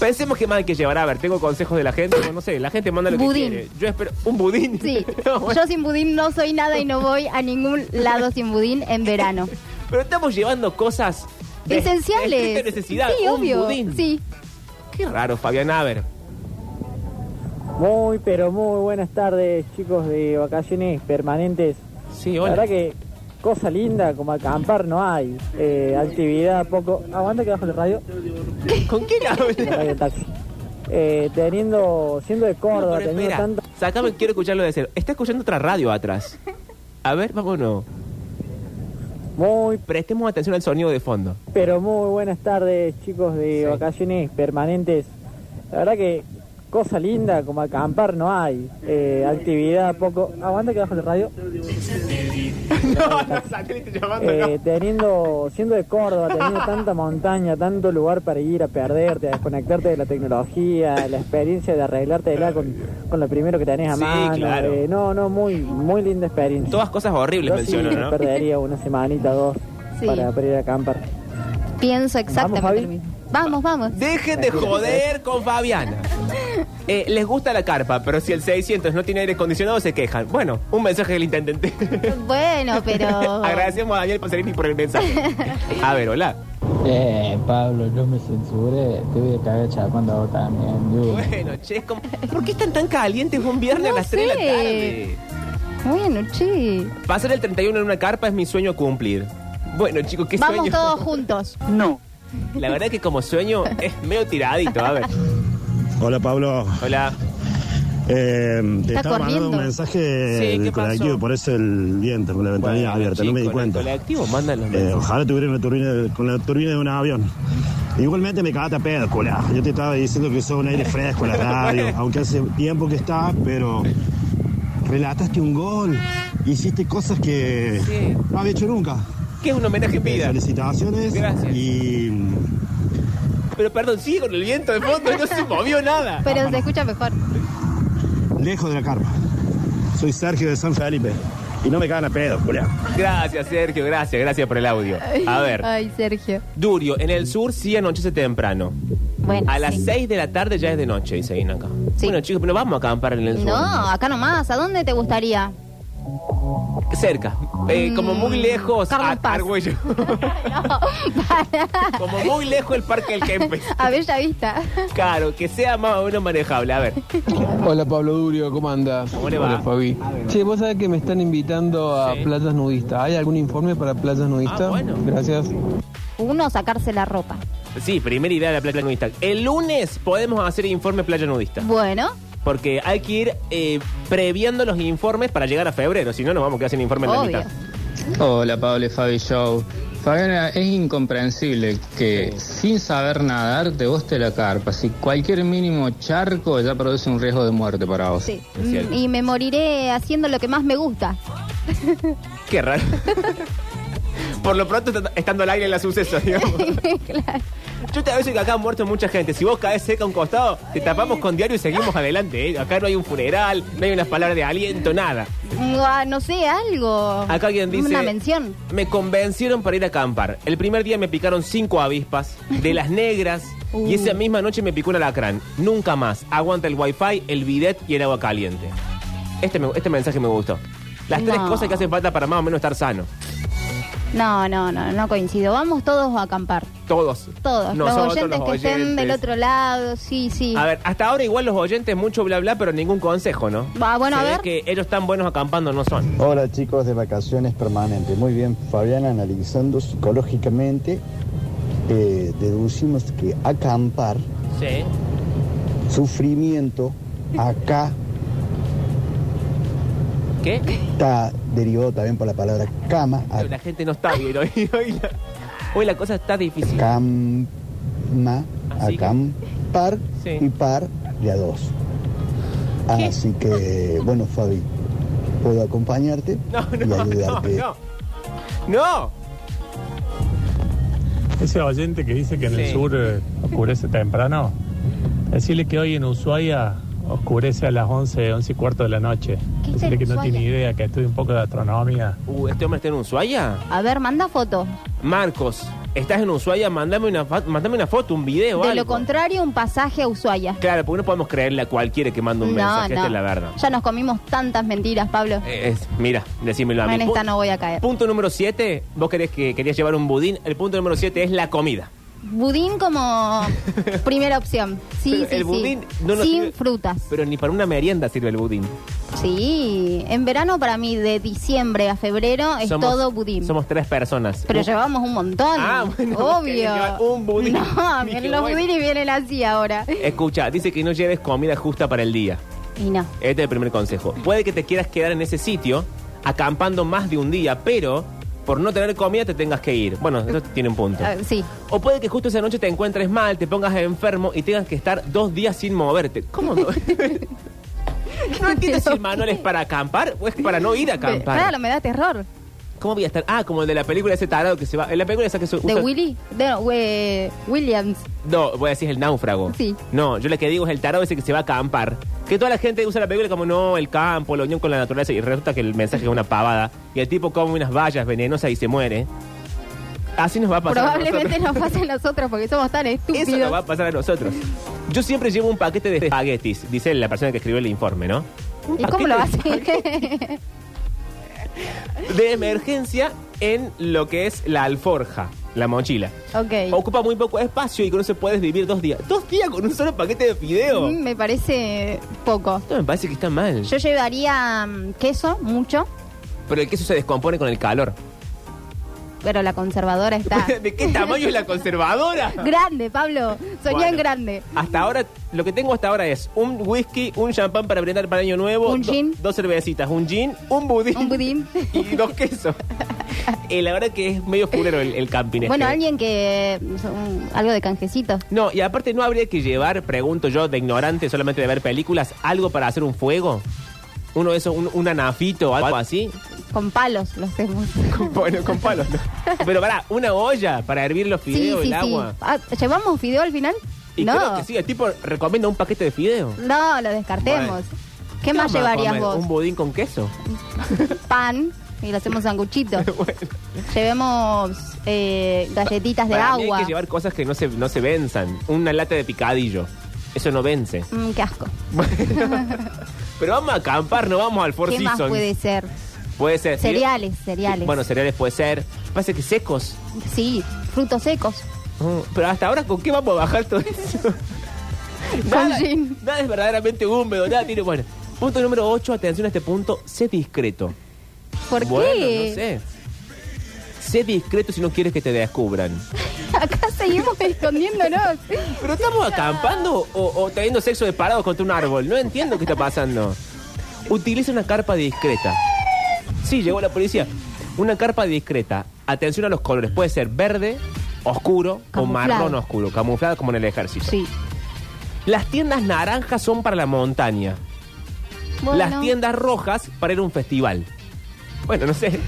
Speaker 1: Pensemos que más hay que llevar. A ver, tengo consejos de la gente. Bueno, no sé, la gente manda lo
Speaker 2: Budín.
Speaker 1: que quiere. Yo espero. ¿Un budín?
Speaker 2: Sí.
Speaker 1: No, bueno.
Speaker 2: Yo sin budín no soy nada y no voy a ningún lado sin budín en verano.
Speaker 1: Pero estamos llevando cosas de- de
Speaker 2: Esenciales.
Speaker 1: estricta necesidad.
Speaker 2: Sí,
Speaker 1: un
Speaker 2: obvio.
Speaker 1: budín.
Speaker 2: Sí.
Speaker 1: Qué raro, Fabián. A ver.
Speaker 7: Muy, pero muy buenas tardes, chicos de vacaciones permanentes.
Speaker 1: Sí,
Speaker 7: La
Speaker 1: hola.
Speaker 7: verdad que cosa linda como acampar no hay. Eh, actividad poco. Aguanta que bajo el radio.
Speaker 1: ¿Con quién
Speaker 7: El radio
Speaker 1: habla?
Speaker 7: del taxi. Eh, teniendo, siendo de
Speaker 1: No,
Speaker 7: Córdoba,
Speaker 1: pero
Speaker 7: teniendo
Speaker 1: espera.
Speaker 7: tanto.
Speaker 1: Sácame, quiero escucharlo de cero. Está escuchando otra radio atrás. A ver, vámonos.
Speaker 7: Muy,
Speaker 1: Prestemos atención al sonido de fondo.
Speaker 7: pero muy buenas tardes, chicos de
Speaker 1: Sí.
Speaker 7: vacaciones permanentes. La verdad que cosa linda como acampar no hay. Eh, actividad poco. Aguanta que bajo la radio.
Speaker 1: No, no, satélite llamando,
Speaker 7: Eh, teniendo, siendo de Córdoba, teniendo tanta montaña, tanto lugar para ir a perderte, a desconectarte de la tecnología, la experiencia de arreglarte con, con lo primero que tenés a
Speaker 1: Sí,
Speaker 7: mano.
Speaker 1: claro.
Speaker 7: Eh, no, no, muy, muy
Speaker 1: no.
Speaker 7: linda experiencia.
Speaker 1: Todas cosas horribles
Speaker 7: Yo sí
Speaker 1: mencionó, ¿no?
Speaker 7: perdería una semanita dos
Speaker 2: Sí.
Speaker 7: para, para ir a acampar.
Speaker 2: Pienso exactamente
Speaker 7: Fabi?
Speaker 2: lo mismo. Vamos, vamos.
Speaker 1: Dejen de joder con Fabiana. Eh, les gusta la carpa, pero si el 600 no tiene aire acondicionado, se quejan. Bueno, un mensaje del intendente.
Speaker 2: Bueno, pero.
Speaker 1: Ah, Agradecemos a Daniel Pasarini por el mensaje. A ver, hola.
Speaker 6: Eh, Pablo, no me censure, te voy a cagar chapando a vos también, dude.
Speaker 1: Bueno, che, es como- ¿por qué están tan calientes un viernes a
Speaker 2: No
Speaker 1: las 3 de la
Speaker 2: sé.
Speaker 1: tarde?
Speaker 2: Bueno, che.
Speaker 1: Pasar el 31 en una carpa es mi sueño a cumplir. Bueno, chicos, ¿qué
Speaker 2: Vamos
Speaker 1: sueño?
Speaker 2: todos juntos.
Speaker 1: La verdad que como sueño es medio tiradito. A ver,
Speaker 3: Hola Pablo,
Speaker 1: hola.
Speaker 3: Eh, te
Speaker 2: Está
Speaker 3: estaba mandando
Speaker 2: corriendo.
Speaker 3: un mensaje
Speaker 1: Sí, ¿qué
Speaker 3: del colectivo,
Speaker 1: pasó?
Speaker 3: por eso el viento con la ventanilla
Speaker 1: Bueno,
Speaker 3: abierta, no me di
Speaker 1: chicos,
Speaker 3: cuenta.
Speaker 1: El colectivo manda los
Speaker 3: Eh,
Speaker 1: mensajes.
Speaker 3: ojalá tuviera una turbina de- con la turbina de un avión. Igualmente me cagaste a pedo, cula. Yo te estaba diciendo que sos un aire fresco en la radio, aunque hace tiempo que está, pero relataste un gol, hiciste cosas que
Speaker 1: Sí.
Speaker 3: no había hecho nunca.
Speaker 1: ¿Qué es un homenaje en vida?
Speaker 3: Felicitaciones
Speaker 1: Gracias.
Speaker 3: y mm,
Speaker 1: Pero perdón, sigue con el viento de fondo, no se movió nada.
Speaker 2: Pero se escucha mejor.
Speaker 3: lejos de la carpa. Soy Sergio de San Felipe y no me cagan a pedo, cula.
Speaker 1: Gracias, Sergio, gracias, gracias por el audio. A ver,
Speaker 2: Ay, Sergio.
Speaker 1: Durio, en el sur sí anochece temprano.
Speaker 2: Bueno.
Speaker 1: A las
Speaker 2: sí.
Speaker 1: 6 de la tarde ya es de noche, dice Ina acá.
Speaker 2: Sí.
Speaker 1: Bueno, chicos, pero no vamos a acampar en el sur.
Speaker 2: No, acá nomás. ¿A dónde te gustaría?
Speaker 1: Cerca. Eh,
Speaker 2: Mm,
Speaker 1: como muy lejos,
Speaker 2: Carlos
Speaker 1: a-
Speaker 2: Paz.
Speaker 1: Argüello.
Speaker 2: No, para.
Speaker 1: como muy lejos el Parque del Kempes.
Speaker 2: A Bella Vista.
Speaker 1: Claro, que sea más o menos manejable. A ver.
Speaker 8: Hola Pablo Durio, ¿cómo anda?
Speaker 1: ¿Cómo le va?
Speaker 8: Hola Fabi. Che, vos sabés que me están invitando a
Speaker 1: Sí.
Speaker 8: playas nudistas. ¿Hay algún informe para playas nudistas?
Speaker 1: Ah, bueno.
Speaker 8: Gracias.
Speaker 2: Uno, sacarse la ropa.
Speaker 1: Sí, primera idea de la playa nudista. El lunes podemos hacer informe playa nudista.
Speaker 2: Bueno,
Speaker 1: Porque hay que ir eh, previendo los informes para llegar a febrero. Si no, nos vamos a quedar sin informe en la
Speaker 2: Obvio.
Speaker 1: mitad.
Speaker 9: Hola Pablo y Fabi Show. Fabiana, es incomprensible que sin saber nadar te guste la carpa. Si cualquier mínimo charco ya produce un riesgo de muerte para vos.
Speaker 2: sí.
Speaker 1: Es cierto.
Speaker 2: Mm, Y me moriré haciendo lo que más me gusta.
Speaker 1: Qué raro. Por lo pronto está- estando al aire en la suceso, digamos. Yo te aviso que acá han muerto mucha gente. Si vos caes seca a un costado, te tapamos con diario y seguimos adelante. ¿eh? Acá no hay un funeral, no hay unas palabras de aliento, nada.
Speaker 2: Mm, ah, No sé, algo.
Speaker 1: Acá alguien dice...
Speaker 2: Una mención.
Speaker 1: Me convencieron para ir a acampar. El primer día me picaron cinco avispas, de las negras,
Speaker 2: Uh.
Speaker 1: y esa misma noche me picó un alacrán. Nunca más. Aguanta el wifi, el bidet y el agua caliente. Este, me- este mensaje me gustó. Las tres
Speaker 2: No.
Speaker 1: cosas que hacen falta para más o menos estar sano.
Speaker 2: No, no, no, no coincido. Vamos todos a acampar.
Speaker 1: Todos.
Speaker 2: Todos.
Speaker 1: Nosotros,
Speaker 2: los oyentes que estén
Speaker 1: oyentes.
Speaker 2: del otro lado, sí, sí.
Speaker 1: A ver, hasta ahora igual los oyentes mucho bla bla, pero ningún consejo, ¿no?
Speaker 2: Ah, bueno,
Speaker 1: Se
Speaker 2: a
Speaker 1: ve
Speaker 2: ver.
Speaker 1: que ellos tan buenos acampando no son.
Speaker 10: Hola chicos de vacaciones permanentes. Muy bien, Fabián, analizando psicológicamente, eh, deducimos que acampar,
Speaker 1: Sí.
Speaker 10: sufrimiento, acá
Speaker 1: ¿Qué?
Speaker 10: está derivado también por la palabra cama,
Speaker 1: Pero La gente no está bien hoy. Hoy la, hoy la cosa está difícil.
Speaker 10: acama,
Speaker 1: Así que-
Speaker 10: acampar
Speaker 1: Sí.
Speaker 10: y par de a dos. Así que, bueno, Fabi, puedo acompañarte
Speaker 1: No,
Speaker 10: y
Speaker 1: no, no,
Speaker 10: ayudarte.
Speaker 1: no. No.
Speaker 11: Ese oyente que dice que en
Speaker 1: Sí.
Speaker 11: el sur eh, oscurece temprano, decirle que hoy en Ushuaia oscurece a las 11, 11 y cuarto de la noche.
Speaker 2: ¿Qué es
Speaker 11: Decirle
Speaker 2: en
Speaker 11: que no
Speaker 2: Ushuaia?
Speaker 11: tiene idea, que estudie un poco de astronomía.
Speaker 1: Uh, ¿este hombre está en Ushuaia?
Speaker 2: A ver, manda foto.
Speaker 1: Marcos, estás en Ushuaia, mándame una, fa- mándame una foto, un video,
Speaker 2: De lo
Speaker 1: algo.
Speaker 2: contrario, un pasaje a Ushuaia.
Speaker 1: Claro, porque no podemos creerle a cualquiera que manda un mensaje, esta es la verdad.
Speaker 2: Ya nos comimos tantas mentiras, Pablo.
Speaker 1: Eh, es- mira, decímelo a mí.
Speaker 2: en esta
Speaker 1: Pu-
Speaker 2: no voy a caer.
Speaker 1: Punto número 7, vos querés que querías llevar un budín, el punto número 7 es la comida.
Speaker 2: Budín como primera opción. Sí,
Speaker 1: Pero
Speaker 2: sí,
Speaker 1: el
Speaker 2: sí.
Speaker 1: budín no nos
Speaker 2: Sin
Speaker 1: sirve-
Speaker 2: frutas.
Speaker 1: Pero ni para una merienda sirve el budín.
Speaker 2: Sí. En verano para mí, de diciembre a febrero, es todo budín.
Speaker 1: Somos tres personas.
Speaker 2: Pero
Speaker 1: Uh,
Speaker 2: llevamos un montón.
Speaker 1: Ah, bueno, vos querés llevar
Speaker 2: obvio.
Speaker 1: un budín.
Speaker 2: No,
Speaker 1: Dije,
Speaker 2: los
Speaker 1: bueno.
Speaker 2: budines vienen así ahora.
Speaker 1: Escucha, dice que no lleves comida justa para el día.
Speaker 2: Y no.
Speaker 1: Este es el primer consejo. Puede que te quieras quedar en ese sitio acampando más de un día, pero por no tener comida te tengas que ir. Bueno, eso tiene un punto.
Speaker 2: Ah, sí.
Speaker 1: O puede que justo esa noche te encuentres mal, te pongas enfermo y tengas que estar dos días sin moverte. ¿Cómo no? no entiendo si el manual es para acampar o es para no ir a acampar.
Speaker 2: Claro, me da terror.
Speaker 1: ¿Cómo voy a estar? Ah, como el de la película ese tarado que se va. En la película esa que se
Speaker 2: ¿De
Speaker 1: usa-
Speaker 2: Willy? De, no, we- Williams.
Speaker 1: No, voy a decir es el náufrago.
Speaker 2: Sí.
Speaker 1: No, yo lo que digo es el tarado ese que se va a acampar. Que toda la gente usa la película como no, el campo, la unión con la naturaleza. Y resulta que el mensaje es una pavada. Y el tipo come unas vallas venenosas y se muere. Así nos va a pasar. a
Speaker 2: Probablemente
Speaker 1: nosotros.
Speaker 2: nos pase a nosotros porque somos tan estúpidos.
Speaker 1: Eso nos va a pasar a nosotros. Yo siempre llevo un paquete de espaguetis, dice la persona que escribió el informe, ¿no?
Speaker 2: ¿Y cómo lo hace?
Speaker 1: De emergencia en lo que es la alforja, la mochila.
Speaker 2: ok.
Speaker 1: Ocupa muy poco espacio y con eso puedes vivir dos días. ¿Dos días con un solo paquete de fideo?
Speaker 2: Mm, Me parece poco.
Speaker 1: Esto me parece que está mal.
Speaker 2: Yo llevaría mm, queso, mucho,
Speaker 1: Pero el queso se descompone con el calor.
Speaker 2: pero la conservadora está
Speaker 1: ¿De qué tamaño es la conservadora?
Speaker 2: grande, Pablo. Soñó
Speaker 1: Bueno.
Speaker 2: en grande.
Speaker 1: Hasta ahora, lo que tengo hasta ahora es un whisky, un champán para brindar para Año Nuevo,
Speaker 2: Un
Speaker 1: do-
Speaker 2: gin.
Speaker 1: dos cervecitas, un gin, un budín,
Speaker 2: Un budín.
Speaker 1: y dos quesos. Eh, la verdad que es medio oscuro el, el camping. este.
Speaker 2: Bueno, alguien que... mm, un- algo de canjecito.
Speaker 1: No, y aparte no habría que llevar, pregunto yo, de ignorante solamente de ver películas, algo para hacer un fuego. Uno de esos, un, un anafito o algo así.
Speaker 2: Con palos lo hacemos.
Speaker 1: Con, bueno, con palos. ¿no? Pero pará, una olla para hervir los fideos, el agua.
Speaker 2: Ah, ¿Llevamos fideo al final?
Speaker 1: Y
Speaker 2: no.
Speaker 1: creo que sí, el tipo recomienda un paquete de fideo.
Speaker 2: No, lo descartemos.
Speaker 1: Bueno.
Speaker 2: ¿Qué más
Speaker 1: vamos a
Speaker 2: llevarías
Speaker 1: comer?
Speaker 2: vos?
Speaker 1: Un budín con queso.
Speaker 2: Pan y lo hacemos sanguchito. Llevemos eh, galletitas de
Speaker 1: Para mí
Speaker 2: agua.
Speaker 1: hay que llevar cosas que no se, no se venzan. Una lata de picadillo. Eso no vence.
Speaker 2: Mm, qué asco.
Speaker 1: Pero vamos a acampar, no vamos al Four
Speaker 2: ¿Qué más
Speaker 1: Seasons.
Speaker 2: puede ser?
Speaker 1: Puede ser.
Speaker 2: Cereales, cereales.
Speaker 1: Bueno, cereales puede ser. Pasa que secos.
Speaker 2: Sí, frutos secos.
Speaker 1: Mm, Pero hasta ahora, ¿con qué vamos a bajar todo eso? nada, nada es verdaderamente húmedo, nada tiene. Bueno, punto número 8, atención a este punto, sé discreto.
Speaker 2: ¿Por
Speaker 1: bueno,
Speaker 2: qué?
Speaker 1: no sé. Sé discreto si no quieres que te descubran.
Speaker 2: Acá seguimos escondiéndonos.
Speaker 1: ¿Pero estamos acampando o, o teniendo sexo de parados contra un árbol? No entiendo qué está pasando. Utiliza una carpa discreta. Sí, llegó la policía. Una carpa discreta. Atención a los colores. Puede ser verde, oscuro
Speaker 2: Camuflado.
Speaker 1: o marrón oscuro. Camuflada como en el ejército.
Speaker 2: Sí.
Speaker 1: Las tiendas naranjas son para la montaña.
Speaker 2: Bueno,
Speaker 1: Las tiendas rojas para ir a un festival. Bueno, no sé.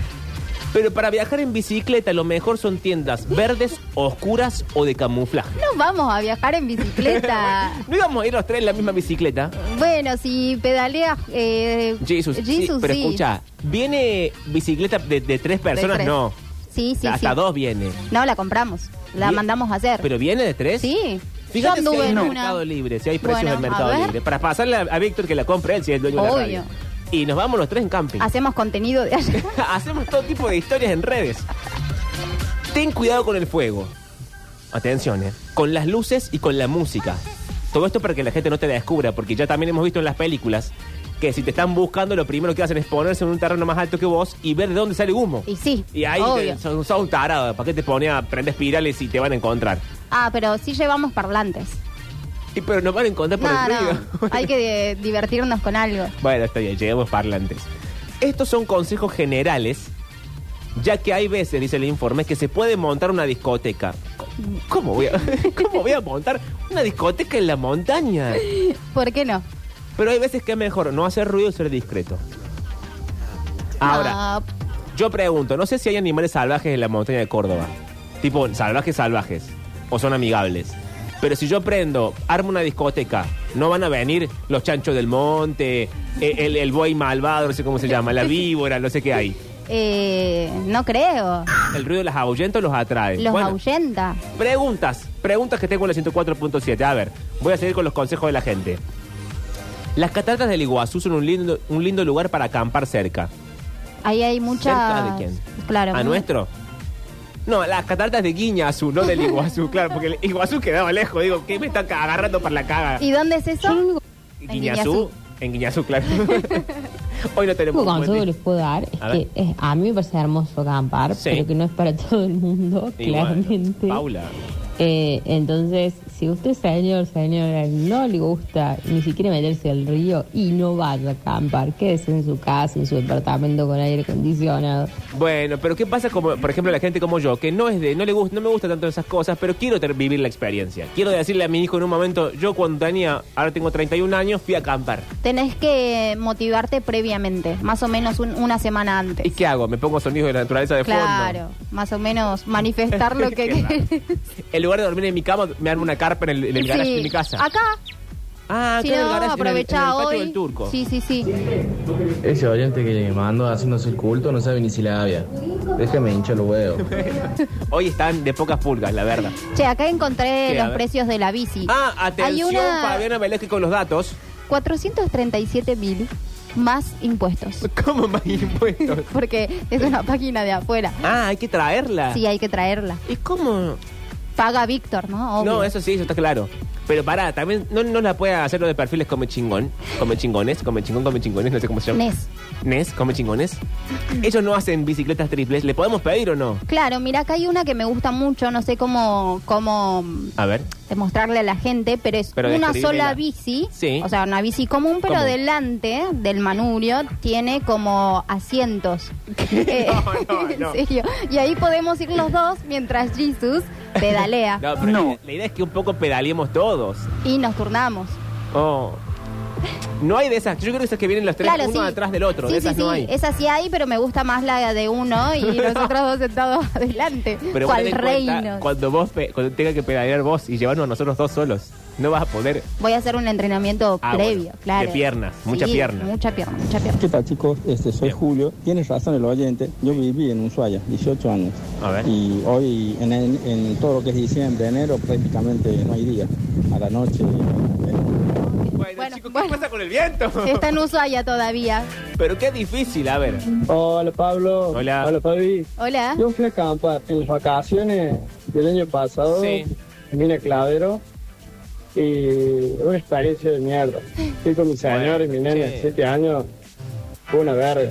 Speaker 1: Pero para viajar en bicicleta lo mejor son tiendas verdes, oscuras o de camuflaje.
Speaker 2: No vamos a viajar en bicicleta.
Speaker 1: No íbamos a ir los tres en la misma bicicleta.
Speaker 2: bueno, si pedaleas. Eh,
Speaker 1: Jesus, sí, pero
Speaker 2: sí.
Speaker 1: escucha, ¿viene bicicleta de, de tres personas?
Speaker 2: tres.
Speaker 1: No.
Speaker 2: Sí, sí,
Speaker 1: Hasta
Speaker 2: sí.
Speaker 1: dos viene.
Speaker 2: No, la compramos. La
Speaker 1: Bien.
Speaker 2: mandamos a hacer.
Speaker 1: ¿Pero viene de tres?
Speaker 2: Sí.
Speaker 1: Fíjate
Speaker 2: Yo
Speaker 1: si
Speaker 2: anduve
Speaker 1: hay
Speaker 2: en una.
Speaker 1: mercado libre, si hay precios
Speaker 2: Bueno,
Speaker 1: en
Speaker 2: a
Speaker 1: mercado
Speaker 2: ver.
Speaker 1: libre. Para pasarle a, a Víctor que la compre él, si es el dueño de la
Speaker 2: Obvio.
Speaker 1: radio. Y nos vamos los tres en camping.
Speaker 2: Hacemos contenido de allá.
Speaker 1: Hacemos todo tipo de historias en redes. Ten cuidado con el fuego. Atención, eh. Con las luces y con la música. Todo esto para que la gente no te descubra, porque ya también hemos visto en las películas que si te están buscando, lo primero que hacen es ponerse en un terreno más alto que vos y ver de dónde sale humo.
Speaker 2: Y sí.
Speaker 1: Y ahí
Speaker 2: obvio.
Speaker 1: te- son, son un tarado. ¿Para qué te pones a prender espirales y te van a encontrar?
Speaker 2: Ah, pero sí llevamos parlantes.
Speaker 1: Y pero nos van a encontrar por
Speaker 2: No,
Speaker 1: el ruido.
Speaker 2: no. Hay que eh, divertirnos con algo.
Speaker 1: Bueno, está bien, lleguemos parlantes. Estos son consejos generales, ya que hay veces, dice el informe, que se puede montar una discoteca. ¿Cómo voy a, cómo voy a montar una discoteca en la montaña?
Speaker 2: ¿Por qué no?
Speaker 1: Pero hay veces que es mejor no hacer ruido y ser discreto. Ahora,
Speaker 2: Ah,
Speaker 1: yo pregunto, no sé si hay animales salvajes en la montaña de Córdoba. Tipo, salvajes, salvajes. O son amigables. Pero si yo prendo, armo una discoteca, no van a venir los chanchos del monte, el, el- el buey malvado, no sé cómo se llama, la víbora, no sé qué hay.
Speaker 2: eh, no creo.
Speaker 1: El ruido de las ahuyentos los atrae.
Speaker 2: Los
Speaker 1: Bueno,
Speaker 2: ahuyenta.
Speaker 1: Preguntas, preguntas que tengo en la 104.7. A ver, voy a seguir con los consejos de la gente. Las cataratas del Iguazú son un lindo, un lindo lugar para acampar cerca.
Speaker 2: Ahí hay mucha.
Speaker 1: ¿Cerca de quién?
Speaker 2: Claro.
Speaker 1: ¿A
Speaker 2: muy-
Speaker 1: nuestro? No, las cataratas de Guiñazú, no del Iguazú, claro, porque el Iguazú quedaba lejos. Digo, ¿qué me están ca- agarrando para la caga?
Speaker 2: ¿Y dónde es eso?
Speaker 1: ¿En Guiñazú? En Guiñazú, claro. Hoy no tenemos...
Speaker 12: único
Speaker 1: un buen
Speaker 12: consejo que
Speaker 1: día.
Speaker 12: les puedo dar es
Speaker 1: A
Speaker 12: que es- a mí me parece hermoso acampar,
Speaker 1: Sí.
Speaker 12: pero que no es para todo el mundo,
Speaker 1: Y bueno,
Speaker 12: claramente.
Speaker 1: Paula.
Speaker 12: Eh, entonces, Si usted, señor, señora, no le gusta ni siquiera meterse al río y no vaya a acampar, quédese en su casa, en su departamento con aire acondicionado.
Speaker 1: Bueno, pero ¿qué pasa como, por ejemplo, la gente como yo, que no es de, no le gusta, no me gusta tanto esas cosas, pero quiero ter- vivir la experiencia. Quiero decirle a mi hijo en un momento, yo cuando tenía, ahora tengo 31 años, fui a acampar.
Speaker 2: Tenés que motivarte previamente, más o menos un- una semana antes.
Speaker 1: ¿Y qué hago? Me pongo sonidos de la naturaleza de fondo.
Speaker 2: Claro, más o menos manifestar lo que...
Speaker 1: Qué raro. En lugar de dormir en mi cama, me armo una carpa en el, en el
Speaker 2: Sí.
Speaker 1: garaje de mi casa.
Speaker 2: Acá.
Speaker 1: Ah,
Speaker 2: si
Speaker 1: acá en el
Speaker 2: no,
Speaker 1: garaje, en el-
Speaker 2: aprovechá
Speaker 1: en el patio
Speaker 2: hoy.
Speaker 1: del turco.
Speaker 2: Sí, sí, sí.
Speaker 13: Ese oyente que le mando haciéndose el culto no sabe ni si la había. Déjame hinchar los huevos.
Speaker 1: Hoy están de pocas pulgas, la verdad.
Speaker 2: Che, acá
Speaker 1: ¿Qué?
Speaker 2: encontré
Speaker 1: A
Speaker 2: los
Speaker 1: ver.
Speaker 2: precios de la bici.
Speaker 1: Ah,
Speaker 2: Hay
Speaker 1: atención,
Speaker 2: una-
Speaker 1: Fabiana Velázquez con los datos.
Speaker 2: 437 mil más impuestos.
Speaker 1: ¿Cómo más impuestos?
Speaker 2: Porque es una página de afuera.
Speaker 1: Ah, hay que traerla.
Speaker 2: Sí, hay que traerla.
Speaker 1: ¿Y cómo?
Speaker 2: Paga Víctor, ¿no? Obvio.
Speaker 1: No, eso sí, eso está claro. Pero pará, también no, no la puede hacer lo de perfiles come chingón. Come chingones, come chingón, come chingones, no sé cómo se llama.
Speaker 2: Nes.
Speaker 1: Nes, come chingones. Ellos no hacen bicicletas triples. ¿Le podemos pedir o no?
Speaker 2: Claro, mira, acá hay una que me gusta mucho, no sé cómo, cómo
Speaker 1: A ver.
Speaker 2: demostrarle a la gente, pero es
Speaker 1: Pero
Speaker 2: una
Speaker 1: describímela.
Speaker 2: sola bici,
Speaker 1: Sí.
Speaker 2: o sea, una bici común, pero
Speaker 1: ¿Cómo?
Speaker 2: delante del manurio tiene como asientos. Eh,
Speaker 1: no.
Speaker 2: En serio. Y ahí podemos ir los dos mientras Jesus pedalea
Speaker 1: No, pero La, la idea es que un poco pedaleemos todos.
Speaker 2: y nos turnamos.
Speaker 1: Oh. No hay de esas. Yo creo que esas que vienen los tres,
Speaker 2: Claro,
Speaker 1: uno
Speaker 2: sí.
Speaker 1: atrás del otro.
Speaker 2: Sí,
Speaker 1: de
Speaker 2: sí,
Speaker 1: esas
Speaker 2: sí,
Speaker 1: no hay.
Speaker 2: esa sí hay, pero me gusta más la de uno y nosotros dos sentados adelante.
Speaker 1: Pero
Speaker 2: ¿Cuál
Speaker 1: vos ten en cuenta,
Speaker 2: reino?
Speaker 1: cuando vos pe- cuando tenga que pedalear vos y llevarnos a nosotros dos solos, no vas a poder.
Speaker 2: Voy a hacer un entrenamiento
Speaker 1: Ah, bueno,
Speaker 2: previo, claro.
Speaker 1: de piernas, mucha
Speaker 2: Sí,
Speaker 1: pierna.
Speaker 2: Mucha pierna, mucha pierna.
Speaker 14: ¿Qué tal chicos? Este, soy Julio. Tienes razón el oyente. Yo viví en Ushuaia 18 años. Y hoy en, en- en todo lo que es diciembre, enero, prácticamente no hay día. A la noche. eh,
Speaker 1: Bueno, chicos, ¿qué pasa con el viento?
Speaker 2: Está en Ushuaia todavía.
Speaker 1: Pero qué difícil, a ver.
Speaker 15: Hola Pablo. Hola.
Speaker 1: Ah.
Speaker 15: Hola Fabi.
Speaker 2: Hola.
Speaker 15: Yo fui a acampar en las vacaciones del año pasado. Vine a Clavero. Y una experiencia de mierda. Fui con mi señora y mi nena de 7 años. Fue una verga.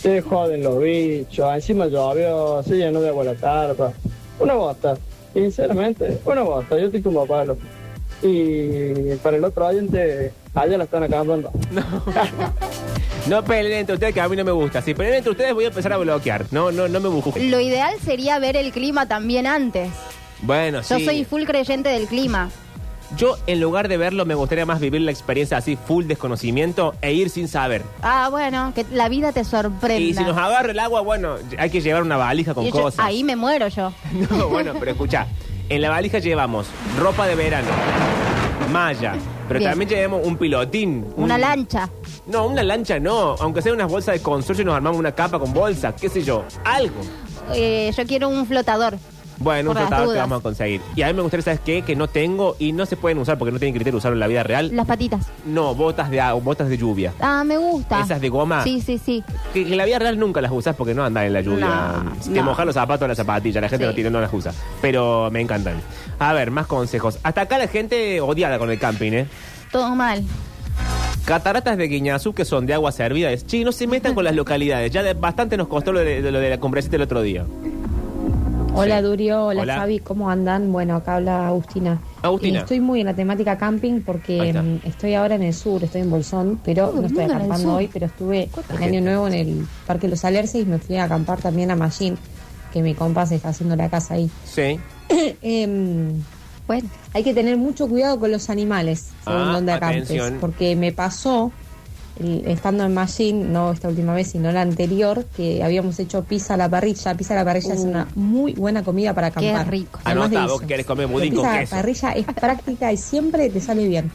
Speaker 15: Se joden los bichos. Encima llovió. Se llenó de agua la tarpa. Una bota. Sinceramente, una bota. Yo estoy como Pablo. Y para el otro oyente, allá la están acampando.
Speaker 1: No peleen entre ustedes, que a mí no me gusta. Si peleen entre ustedes, voy a empezar a bloquear. No, no, no me busquen.
Speaker 2: Lo ideal sería ver el clima también antes.
Speaker 1: Bueno,
Speaker 2: Yo
Speaker 1: sí.
Speaker 2: soy full creyente del clima.
Speaker 1: Yo, en lugar de verlo, me gustaría más vivir la experiencia así, full desconocimiento e ir sin saber.
Speaker 2: Ah, bueno, que la vida te sorprenda.
Speaker 1: Y si nos agarra el agua, bueno, hay que llevar una valija con
Speaker 2: Y yo-
Speaker 1: cosas.
Speaker 2: ahí me muero yo.
Speaker 1: No, bueno, pero escucha. En la valija llevamos ropa de verano, malla, pero
Speaker 2: Bien.
Speaker 1: también llevamos un pilotín. un-
Speaker 2: Una lancha.
Speaker 1: No, una lancha no. Aunque sea unas bolsas de consorcio, nos armamos una capa con bolsa, qué sé yo, algo.
Speaker 2: Eh, yo quiero un flotador.
Speaker 1: Bueno, un
Speaker 2: Por las
Speaker 1: flotador que
Speaker 2: dudas.
Speaker 1: vamos a conseguir. Y a mí me gustaría, ¿sabes qué? Que no tengo y no se pueden usar porque no tienen criterio usarlo en la vida real.
Speaker 2: Las patitas.
Speaker 1: No, botas de agua, botas de lluvia.
Speaker 2: Ah, me gusta.
Speaker 1: Esas de goma.
Speaker 2: Sí, sí, sí.
Speaker 1: Que, que en la vida real nunca las usas porque no andan en la lluvia.
Speaker 2: No,
Speaker 1: que
Speaker 2: no.
Speaker 1: mojar los zapatos en la zapatilla, la gente
Speaker 2: Sí.
Speaker 1: no tiene, no las usa. Pero me encantan. A ver, más consejos. Hasta acá la gente odiada con el camping, ¿eh?
Speaker 2: Todo mal.
Speaker 1: Cataratas de Guiñazú que son de agua servida. Es, "Chi, no se metan con las localidades. Ya de- bastante nos costó lo de, de lo de la cumbrecita el otro día.
Speaker 12: Hola Durio, hola,
Speaker 1: Hola.
Speaker 12: Xavi, ¿cómo andan? Bueno, acá habla Agustina.
Speaker 1: Agustina.
Speaker 12: Eh, estoy muy en la temática camping
Speaker 1: Ahí
Speaker 12: porque
Speaker 1: está.
Speaker 12: mm, estoy ahora en el sur, estoy en Bolsón, pero
Speaker 16: Todo el
Speaker 12: no estoy
Speaker 2: Mm,
Speaker 16: mundo en el
Speaker 12: acampando
Speaker 16: sur.
Speaker 12: hoy, pero estuve el
Speaker 16: gente?
Speaker 12: año nuevo en el Parque Los Alerces y me fui a acampar también a Mallín, que mi compa se está haciendo la casa ahí.
Speaker 1: Sí.
Speaker 12: Em, bueno, hay que tener mucho cuidado con los animales, según
Speaker 16: Ah,
Speaker 12: donde acampes,
Speaker 16: atención.
Speaker 12: porque me pasó el- estando en Mallín, no esta última vez, sino la anterior, que habíamos hecho pizza a la parrilla. Pizza a la parrilla es
Speaker 16: Uh.
Speaker 12: una muy buena comida para acampar. Además de
Speaker 1: Anota,
Speaker 12: eso.
Speaker 1: vos que querés comer
Speaker 12: La
Speaker 1: budín con
Speaker 12: pizza a la
Speaker 1: queso.
Speaker 12: parrilla es práctica y siempre te sale bien.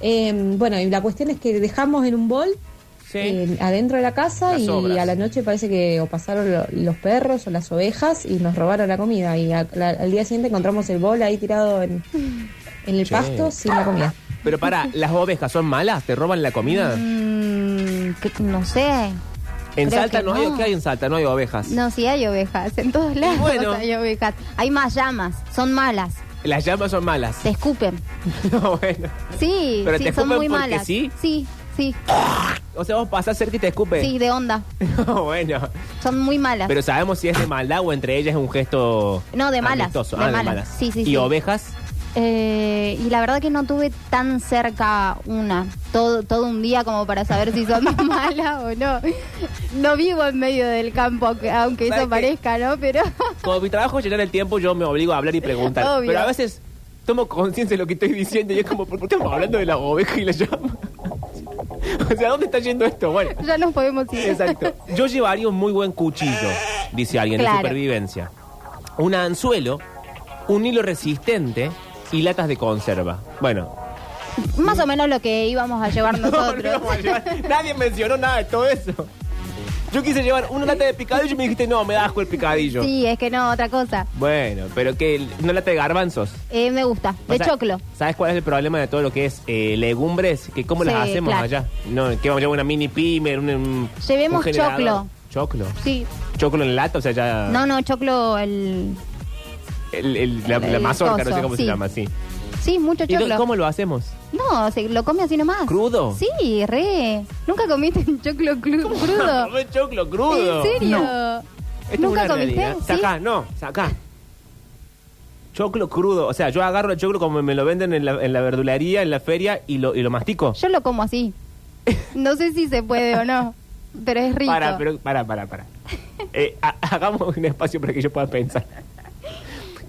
Speaker 12: Eh, bueno, y la cuestión es que dejamos en un bol eh, adentro de la casa
Speaker 16: Las
Speaker 12: y
Speaker 16: sobras.
Speaker 12: a la noche parece que o pasaron lo- los perros o las ovejas y nos robaron la comida. Y a- la- al día siguiente encontramos el bol ahí tirado en, en el
Speaker 1: Che.
Speaker 12: pasto sin la comida.
Speaker 1: Pero para, ¿las ovejas son malas? ¿Te roban la comida?
Speaker 2: Mm, que- no sé.
Speaker 1: en
Speaker 2: creo
Speaker 1: Salta
Speaker 2: que
Speaker 1: no, hay,
Speaker 2: no.
Speaker 1: ¿qué hay en Salta? No hay ovejas.
Speaker 2: No, sí hay ovejas. En todos lados
Speaker 1: bueno.
Speaker 2: hay ovejas. Hay más llamas. Son malas.
Speaker 1: Las llamas son malas.
Speaker 2: Te escupen.
Speaker 1: No, bueno.
Speaker 2: Sí,
Speaker 1: Pero
Speaker 2: sí,
Speaker 1: te
Speaker 2: son
Speaker 1: escupen porque
Speaker 2: muy malas.
Speaker 1: sí.
Speaker 2: Sí, sí.
Speaker 1: O sea, vos pasás cerca y te escupen.
Speaker 2: Sí, de onda.
Speaker 1: No, bueno.
Speaker 2: Son muy malas.
Speaker 1: Pero sabemos si es de maldad o entre ellas es un gesto.
Speaker 2: No, de malas,
Speaker 1: amistoso.
Speaker 2: de
Speaker 1: Ah,
Speaker 2: malas. Sí, sí,
Speaker 1: ¿Y
Speaker 2: sí.
Speaker 1: ovejas?
Speaker 2: Eh, y la verdad que no tuve tan cerca una, todo, todo un día como para saber si son malas o no. No vivo en medio del campo, aunque- aunque
Speaker 1: ¿Sabes
Speaker 2: eso
Speaker 1: qué?
Speaker 2: parezca, ¿no? Pero
Speaker 1: Como mi trabajo es llenar el tiempo, yo me obligo a hablar y preguntar.
Speaker 2: Obvio.
Speaker 1: Pero a veces tomo conciencia de lo que estoy diciendo y es como, ¿por qué estamos hablando de la oveja y la llama? o sea, ¿dónde está yendo esto? Bueno,
Speaker 2: ya nos podemos ir.
Speaker 1: exacto. Yo llevaría un muy buen cuchillo, dice alguien,
Speaker 2: Claro.
Speaker 1: de supervivencia. Un anzuelo, un hilo resistente y latas de conserva. Bueno,
Speaker 2: Más o menos lo que íbamos a llevar nosotros.
Speaker 1: no íbamos a llevar- nadie mencionó nada de todo eso. Yo quise llevar una lata de picadillo y me dijiste, no, me da asco el picadillo.
Speaker 2: Sí, es que no, otra cosa.
Speaker 1: Bueno, pero que una lata de garbanzos.
Speaker 2: Eh, me gusta,
Speaker 1: O
Speaker 2: de
Speaker 1: sea,
Speaker 2: choclo.
Speaker 1: ¿Sabes cuál es el problema de todo lo que es eh, legumbres? Que ¿Cómo las
Speaker 2: Sí,
Speaker 1: hacemos
Speaker 2: claro.
Speaker 1: allá? No, que vamos a llevar una mini pimer, un, un-
Speaker 2: Llevemos
Speaker 1: un generador.
Speaker 2: choclo.
Speaker 1: ¿Choclo?
Speaker 2: Sí.
Speaker 1: ¿Choclo en lata? O sea, ya...
Speaker 2: No, no, choclo el...
Speaker 1: el- el- la,
Speaker 2: el-
Speaker 1: la
Speaker 2: el
Speaker 1: mazorca, no
Speaker 2: coso,
Speaker 1: sé cómo
Speaker 2: sí.
Speaker 1: se llama, sí.
Speaker 2: Sí, mucho
Speaker 1: ¿Y lo-
Speaker 2: choclo.
Speaker 1: cómo lo hacemos?
Speaker 2: No, se lo come así nomás.
Speaker 1: ¿Crudo?
Speaker 2: Sí, re. ¿Nunca comiste un choclo cru- crudo?
Speaker 1: Comer choclo crudo.
Speaker 2: ¿En serio?
Speaker 1: No. Esto es
Speaker 2: ¿Nunca
Speaker 1: una
Speaker 2: comiste?
Speaker 1: realidad.
Speaker 2: ¿Sí?
Speaker 1: Sacá, no, sacá. Choclo crudo. O sea, yo agarro el choclo como me lo venden en la, en la verdularía, en la feria, y lo, y lo mastico.
Speaker 2: Yo lo como así. No sé si se puede o no, pero es rico.
Speaker 1: Para, pero, para, para, para. Eh, ha- hagamos un espacio para que yo pueda pensar.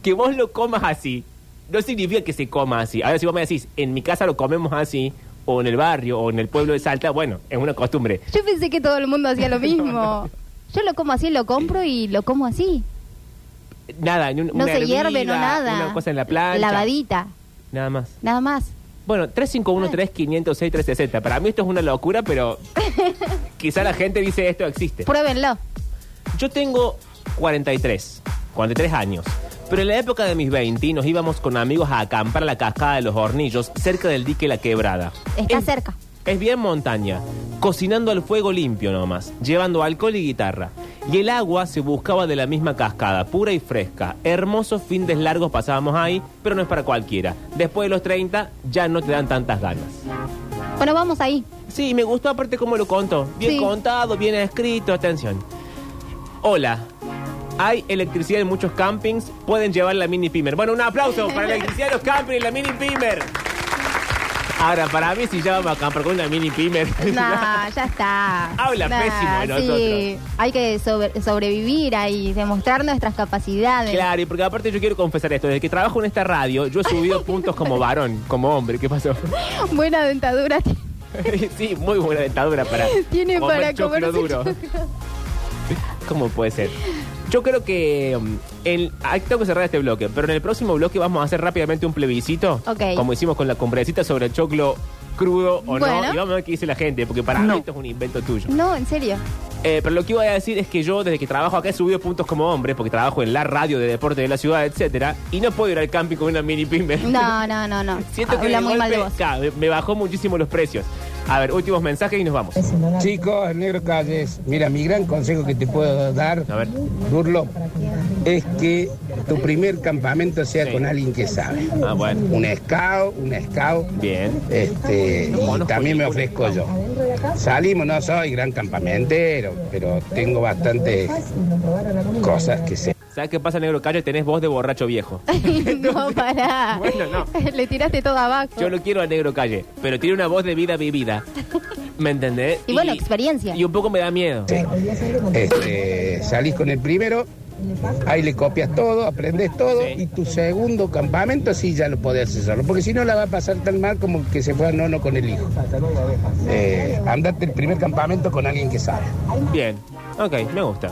Speaker 1: Que vos lo comas así, no significa que se coma así. Ahora, si vos me decís, en mi casa lo comemos así, o en el barrio, o en el pueblo de Salta, bueno, es una costumbre.
Speaker 2: Yo pensé que todo el mundo hacía lo mismo. Yo lo como así, lo compro y lo como así.
Speaker 1: Nada, en un- una
Speaker 2: No se hierve, no
Speaker 1: hervida,
Speaker 2: nada.
Speaker 1: Una cosa en la plancha.
Speaker 2: Lavadita,
Speaker 1: Nada más.
Speaker 2: nada más.
Speaker 1: Bueno, 351-3506-360. Para mí esto es una locura, pero quizá la gente dice esto existe.
Speaker 2: Pruébenlo.
Speaker 1: Yo tengo 43, 43 años. Pero en la época de mis 20 nos íbamos con amigos a acampar a la cascada de los hornillos cerca del dique La Quebrada.
Speaker 2: Está cerca.
Speaker 1: Es bien montaña, cocinando al fuego limpio nomás, llevando alcohol y guitarra. Y el agua se buscaba de la misma cascada, pura y fresca. Hermosos fines largos pasábamos ahí, pero no es para cualquiera. Después de los 30 ya no te dan tantas ganas.
Speaker 2: Bueno, vamos ahí.
Speaker 1: Sí, me gustó aparte cómo lo contó. Bien
Speaker 2: Sí.
Speaker 1: contado, bien escrito, atención. Hola. Hay electricidad en muchos campings, pueden llevar la mini pimer. Bueno, un aplauso para la electricidad de los campings y la mini pimer. Ahora, para mí, si ya vamos a acampar con una mini pimer.
Speaker 2: Nah, ya está.
Speaker 1: Habla
Speaker 2: Nah,
Speaker 1: pésimo de
Speaker 2: Sí, hay que sobre- sobrevivir ahí, demostrar nuestras capacidades.
Speaker 1: Claro, y porque aparte yo quiero confesar esto. Desde que trabajo en esta radio, yo he subido puntos como varón, como hombre. ¿Qué pasó?
Speaker 2: Buena dentadura t-
Speaker 1: sí, muy buena dentadura para
Speaker 2: tiene
Speaker 1: comer
Speaker 2: para
Speaker 1: choclo
Speaker 2: comer
Speaker 1: duro. ¿Cómo puede ser? Yo creo que mm, en, ahí tengo que cerrar este bloque, pero en el próximo bloque vamos a hacer rápidamente un plebiscito,
Speaker 2: Ok.
Speaker 1: como hicimos con la cumbrecita sobre el choclo crudo o
Speaker 2: Bueno.
Speaker 1: no, y vamos a ver qué dice la gente, porque para mí esto es un invento tuyo.
Speaker 2: No, en serio.
Speaker 1: Eh, pero lo que iba a decir es que yo desde que trabajo acá he subido puntos como hombre, porque trabajo en la radio de deporte de la ciudad, etcétera, y no puedo ir al camping con una mini pyme.
Speaker 2: No, no, no, no.
Speaker 1: Siento que
Speaker 2: Habla
Speaker 1: de
Speaker 2: muy mal de
Speaker 1: golpe,
Speaker 2: vos.
Speaker 1: ca, me- me bajó muchísimo los precios. A ver, últimos mensajes y nos vamos.
Speaker 16: Chicos, negro calles, mira, mi gran consejo que te puedo dar, Durlo, es que tu primer campamento sea con alguien que sabe.
Speaker 1: Ah, bueno.
Speaker 16: Un escao, un escao.
Speaker 1: Bien.
Speaker 16: Este, y también me ofrezco yo. Salimos, no soy gran campamentero, pero tengo bastante cosas que sé.
Speaker 1: ¿Sabes qué pasa, negro calle? Tenés voz de borracho viejo.
Speaker 2: no, pará.
Speaker 1: Bueno, no.
Speaker 2: Le tiraste todo abajo.
Speaker 1: Yo no quiero al negro calle, pero tiene una voz de vida vivida. ¿Me entendés?
Speaker 2: Y bueno, experiencia.
Speaker 1: Y un poco me da miedo.
Speaker 16: Este, salís con el primero, ahí le copias todo, aprendes todo y tu segundo campamento sí ya lo podés hacer solo, porque si no la va a pasar tan mal como que se fue a nono con el hijo. Eh, andate el primer campamento con alguien que sabe.
Speaker 1: Bien. Ok, me gusta.